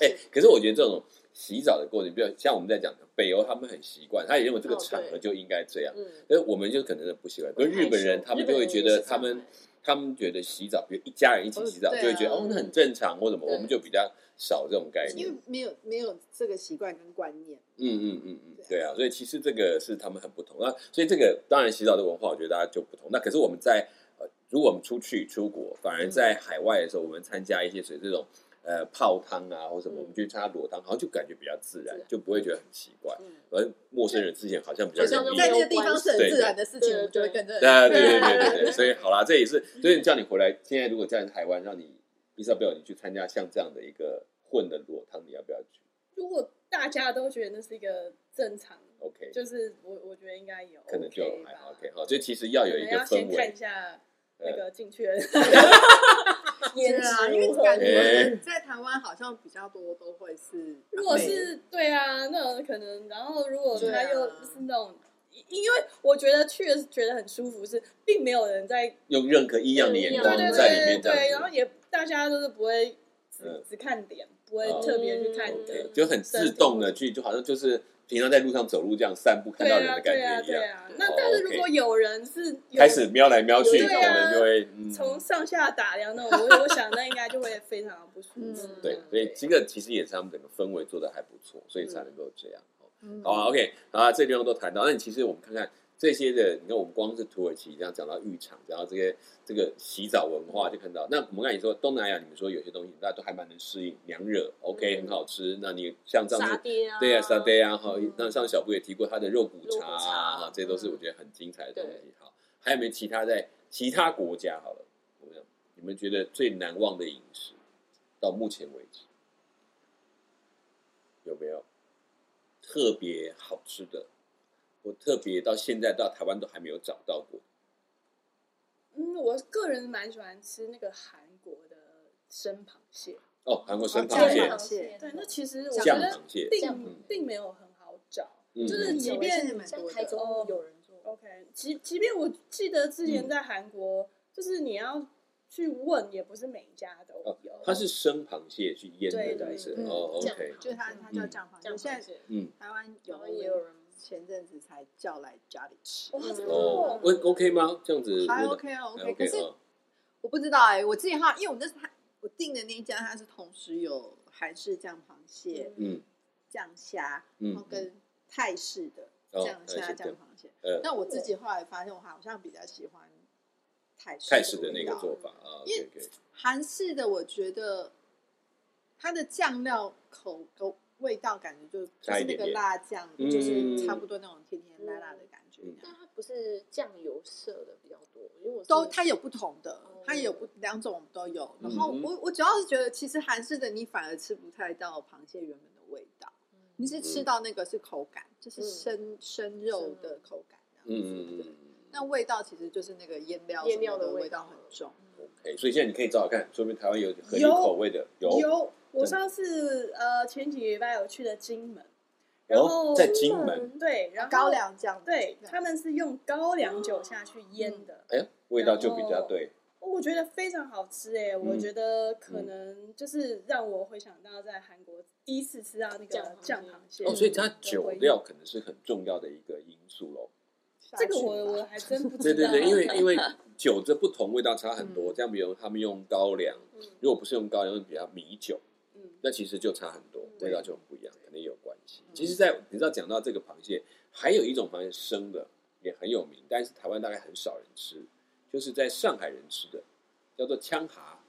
[SPEAKER 1] 哎、可是我觉得这种洗澡的过程，比较像我们在讲的北欧，他们很习惯，他也认为这个场合就应该这样。
[SPEAKER 3] 嗯，
[SPEAKER 1] 可是我们就可能不习惯，比如日本人，他们就会觉得他们他们觉得洗澡，比如一家人一起洗澡，
[SPEAKER 2] 哦对啊
[SPEAKER 1] 就会觉得哦那很正常或什么，
[SPEAKER 3] 对
[SPEAKER 1] 我们就比较少这种概
[SPEAKER 2] 因
[SPEAKER 1] 念。
[SPEAKER 2] 为没有没有这个习惯跟观念，
[SPEAKER 1] 嗯嗯嗯嗯，对啊，所以其实这个是他们很不同那所以这个当然洗澡的文化，我觉得大家就不同。那可是我们在呃，如果我们出去出国，反而在海外的时候，我们参加一些水这种呃泡汤啊或什么，
[SPEAKER 3] 嗯
[SPEAKER 1] 我们去参加裸汤，好像就感觉比较自然
[SPEAKER 3] 自然，
[SPEAKER 1] 就不会觉得很奇怪。
[SPEAKER 3] 嗯
[SPEAKER 1] 而陌生人之前好像比较
[SPEAKER 3] 好像
[SPEAKER 1] 容易
[SPEAKER 3] 就
[SPEAKER 2] 在
[SPEAKER 3] 没
[SPEAKER 2] 那
[SPEAKER 3] 有
[SPEAKER 2] 个地方是很
[SPEAKER 1] 对对
[SPEAKER 2] 自然的事情，
[SPEAKER 3] 对
[SPEAKER 2] 我们就会跟着。
[SPEAKER 1] 对啊对对
[SPEAKER 3] 对
[SPEAKER 1] 对对
[SPEAKER 3] 对
[SPEAKER 1] 对，所以好啦，这也是，所以叫你回来，现在如果在台湾让你 Isabel 你去参加像这样的一个混的裸汤，你要不要去
[SPEAKER 4] 如果大家都觉得那是一个正常，
[SPEAKER 1] ？OK，
[SPEAKER 4] 就是我我觉得应该有，
[SPEAKER 1] 可能就
[SPEAKER 4] OK 吧
[SPEAKER 1] 还好 OK 好，所以其实要有一
[SPEAKER 4] 可
[SPEAKER 1] 个
[SPEAKER 4] 能要
[SPEAKER 1] 氛
[SPEAKER 4] 先看
[SPEAKER 1] 围
[SPEAKER 4] 一。下
[SPEAKER 1] 呃
[SPEAKER 4] 那个进去的人
[SPEAKER 2] 对
[SPEAKER 4] 颜
[SPEAKER 2] 啊，
[SPEAKER 4] 值
[SPEAKER 2] 因
[SPEAKER 4] 如
[SPEAKER 2] 为
[SPEAKER 4] 何。
[SPEAKER 2] 感
[SPEAKER 1] 哎
[SPEAKER 2] 觉在台湾好像比较多都会是，
[SPEAKER 4] 如果是对啊，那可能，然后如果
[SPEAKER 2] 对
[SPEAKER 4] 他
[SPEAKER 2] 啊
[SPEAKER 4] 又是那种，因因为我觉得去的是觉得很舒服，是并没有人在
[SPEAKER 1] 用任何异样的眼
[SPEAKER 4] 对
[SPEAKER 1] 光
[SPEAKER 4] 对
[SPEAKER 3] 有
[SPEAKER 4] 对
[SPEAKER 1] 在里
[SPEAKER 4] 对
[SPEAKER 1] 面这
[SPEAKER 4] 对，
[SPEAKER 1] 样
[SPEAKER 4] 然后
[SPEAKER 1] 子。
[SPEAKER 4] 也大家都是不会只、
[SPEAKER 1] 嗯
[SPEAKER 4] 只看点，不会
[SPEAKER 1] 哦
[SPEAKER 4] 特别去看你
[SPEAKER 1] OK，
[SPEAKER 4] 的，
[SPEAKER 1] 就很自动的去，就好像就是平常在路上走路这样散步看
[SPEAKER 4] 对
[SPEAKER 1] 到人
[SPEAKER 4] 啊
[SPEAKER 1] 的感
[SPEAKER 4] 对啊
[SPEAKER 1] 觉一
[SPEAKER 4] 对
[SPEAKER 1] 样。
[SPEAKER 4] 啊
[SPEAKER 3] 对。
[SPEAKER 4] 那
[SPEAKER 1] 哦
[SPEAKER 4] 但是
[SPEAKER 1] OK
[SPEAKER 4] 如果有人是有
[SPEAKER 1] 开始瞄来瞄去，
[SPEAKER 3] 有
[SPEAKER 1] 可
[SPEAKER 3] 对啊
[SPEAKER 1] 能就会嗯，
[SPEAKER 4] 从上下打量那种，我我想那应该就会非常的不舒服。
[SPEAKER 2] 嗯
[SPEAKER 1] 对，所以这个其实也是他们整个氛围做的还不错，所以才能够这样。
[SPEAKER 2] 嗯
[SPEAKER 1] 好啊，OK，好啊，这地方都谈到。那你其实我们看看这些的，你看我们光是土耳其这样讲到浴场，讲到这些这个洗澡文化，就看到。那我们刚才说东南亚，你们说有些东西大家都还蛮能适应，凉热，OK，、
[SPEAKER 3] 嗯
[SPEAKER 1] 很好吃。那你像上
[SPEAKER 3] 沙
[SPEAKER 1] 次
[SPEAKER 3] 爹啊，
[SPEAKER 1] 对啊，沙爹啊，好
[SPEAKER 2] 嗯，
[SPEAKER 1] 那上次小布也提过他的肉骨茶
[SPEAKER 3] 肉骨
[SPEAKER 1] 啊，
[SPEAKER 3] 茶
[SPEAKER 1] 哈这些都是
[SPEAKER 3] 嗯
[SPEAKER 1] 我觉得很精彩的东西。好，还有没有其他在其他国家好了？有没有？你们觉得最难忘的饮食？到目前为止有没有特别好吃的？我特别到现在到台湾都还没有找到过。
[SPEAKER 4] 嗯，我个人蛮喜欢吃那个韩国的生螃蟹，
[SPEAKER 1] 哦，韩国生
[SPEAKER 2] 酱
[SPEAKER 1] 螃
[SPEAKER 2] 酱
[SPEAKER 1] 蟹
[SPEAKER 3] 啊
[SPEAKER 2] 螃、蟹
[SPEAKER 4] 对，那其实我觉
[SPEAKER 1] 酱
[SPEAKER 4] 得
[SPEAKER 1] 螃蟹，
[SPEAKER 3] 酱
[SPEAKER 4] 并
[SPEAKER 3] 螃
[SPEAKER 4] 并没有很好找，
[SPEAKER 1] 嗯
[SPEAKER 4] 就是即
[SPEAKER 2] 有
[SPEAKER 4] 便
[SPEAKER 2] 些
[SPEAKER 3] 像台
[SPEAKER 4] 哦
[SPEAKER 3] 中有人做，
[SPEAKER 4] OK，即即便我记得之前在韩
[SPEAKER 1] 嗯
[SPEAKER 4] 国，就是你要去问，也不是每一家都
[SPEAKER 1] 哦
[SPEAKER 4] 有。
[SPEAKER 1] 它是生螃蟹去腌
[SPEAKER 4] 对
[SPEAKER 1] 的，
[SPEAKER 4] 对
[SPEAKER 1] 还是
[SPEAKER 2] 对
[SPEAKER 1] 哦
[SPEAKER 3] 酱
[SPEAKER 1] ，OK，
[SPEAKER 2] 就是它它叫酱螃蟹，
[SPEAKER 3] 酱
[SPEAKER 2] 现
[SPEAKER 3] 螃
[SPEAKER 2] 在
[SPEAKER 3] 蟹，
[SPEAKER 1] 嗯，
[SPEAKER 2] 台湾
[SPEAKER 3] 然
[SPEAKER 2] 有
[SPEAKER 3] 后也有人
[SPEAKER 2] 前阵子才叫来家里吃，
[SPEAKER 4] 哇，真的
[SPEAKER 1] 哦
[SPEAKER 4] 哦，
[SPEAKER 1] ，O OK 吗？这样子
[SPEAKER 2] 还
[SPEAKER 1] 我
[SPEAKER 2] OK 啊 OK，可
[SPEAKER 1] ，OK
[SPEAKER 2] 是
[SPEAKER 1] 啊，
[SPEAKER 2] 我不知道哎、我自己哈，因为我那是他我订的那一家，它是同时有韩式酱螃蟹、
[SPEAKER 1] 嗯
[SPEAKER 2] 酱虾，然后
[SPEAKER 1] 嗯，
[SPEAKER 2] 跟泰式的
[SPEAKER 1] 哦
[SPEAKER 2] 酱
[SPEAKER 1] 泰
[SPEAKER 2] 虾、
[SPEAKER 1] 式
[SPEAKER 2] 酱
[SPEAKER 1] 的
[SPEAKER 2] 螃蟹。
[SPEAKER 1] 呃，
[SPEAKER 2] 那我自己后来发现，我好像比较喜欢泰式
[SPEAKER 1] 泰式的那
[SPEAKER 2] 味
[SPEAKER 1] 个
[SPEAKER 2] 道
[SPEAKER 1] 做法啊
[SPEAKER 2] 因
[SPEAKER 1] ，OK
[SPEAKER 2] 为
[SPEAKER 1] OK，
[SPEAKER 2] 韩式的我觉得它的酱料口口味道感觉就就
[SPEAKER 1] 加
[SPEAKER 2] 是
[SPEAKER 1] 一
[SPEAKER 2] 那
[SPEAKER 1] 点
[SPEAKER 2] 个
[SPEAKER 1] 点
[SPEAKER 2] 辣酱，
[SPEAKER 1] 嗯
[SPEAKER 2] 就是差不多那种甜甜辣辣的感觉。
[SPEAKER 1] 嗯
[SPEAKER 2] 这样
[SPEAKER 3] 但它不是酱油色的比较多，因为我是
[SPEAKER 2] 都它有不同的
[SPEAKER 3] 哦，
[SPEAKER 2] 它也有不两种都有。然后
[SPEAKER 1] 嗯
[SPEAKER 2] 我我主要是觉得，其实韩式的你反而吃不太到螃蟹原本的味道，你是吃到那个是口感，就是
[SPEAKER 3] 嗯
[SPEAKER 2] 生生肉的口感这样子。
[SPEAKER 1] 嗯嗯
[SPEAKER 2] 对
[SPEAKER 1] 嗯。
[SPEAKER 2] 那味道其实就是那个腌料
[SPEAKER 3] 腌料
[SPEAKER 2] 什
[SPEAKER 3] 的
[SPEAKER 2] 么的
[SPEAKER 3] 味
[SPEAKER 2] 味道
[SPEAKER 3] 道
[SPEAKER 2] 很重。
[SPEAKER 3] 嗯
[SPEAKER 1] OK，所以现在你可以找找看，说不定台湾有合你
[SPEAKER 4] 有
[SPEAKER 1] 口味的，有
[SPEAKER 4] 有，我
[SPEAKER 1] 真的
[SPEAKER 4] 上次呃前几个礼拜有去的金门，然
[SPEAKER 1] 哦
[SPEAKER 4] 后，
[SPEAKER 1] 在金门，
[SPEAKER 4] 对，然
[SPEAKER 2] 哦
[SPEAKER 4] 后
[SPEAKER 2] 高，粱酱
[SPEAKER 4] 对
[SPEAKER 2] 这样
[SPEAKER 4] 他们是用高粱酒下去腌的，哦
[SPEAKER 1] 哎呀，味道就比较对，
[SPEAKER 4] 我觉得非常好吃哎、
[SPEAKER 1] 嗯
[SPEAKER 4] 我觉得可能就是让我回想到在韩国第一次吃到那
[SPEAKER 3] 酱
[SPEAKER 4] 个
[SPEAKER 3] 螃蟹
[SPEAKER 4] 酱螃蟹，
[SPEAKER 1] 哦，所以它
[SPEAKER 4] 嗯
[SPEAKER 1] 酒料可能是很重要的一个因素 喽。
[SPEAKER 2] 下
[SPEAKER 4] 这个
[SPEAKER 2] 去
[SPEAKER 4] 我
[SPEAKER 2] 吧
[SPEAKER 4] 我还真不
[SPEAKER 1] 对
[SPEAKER 4] 知
[SPEAKER 1] 对
[SPEAKER 4] 道，
[SPEAKER 1] 对，因为因为酒这不同味道差很多，
[SPEAKER 2] 嗯
[SPEAKER 1] 像比如他们用高粱，
[SPEAKER 3] 嗯
[SPEAKER 1] 如果不是用高粱，用比较米酒，
[SPEAKER 4] 嗯
[SPEAKER 1] 那其实就差很多，
[SPEAKER 3] 对嗯
[SPEAKER 1] 味道就很不一样，肯定有关系。其实在，你知道讲到这个螃蟹，还有一种螃蟹生的也很有名，但是台湾大概很少人吃，就是在上海人吃的，叫做枪蛤、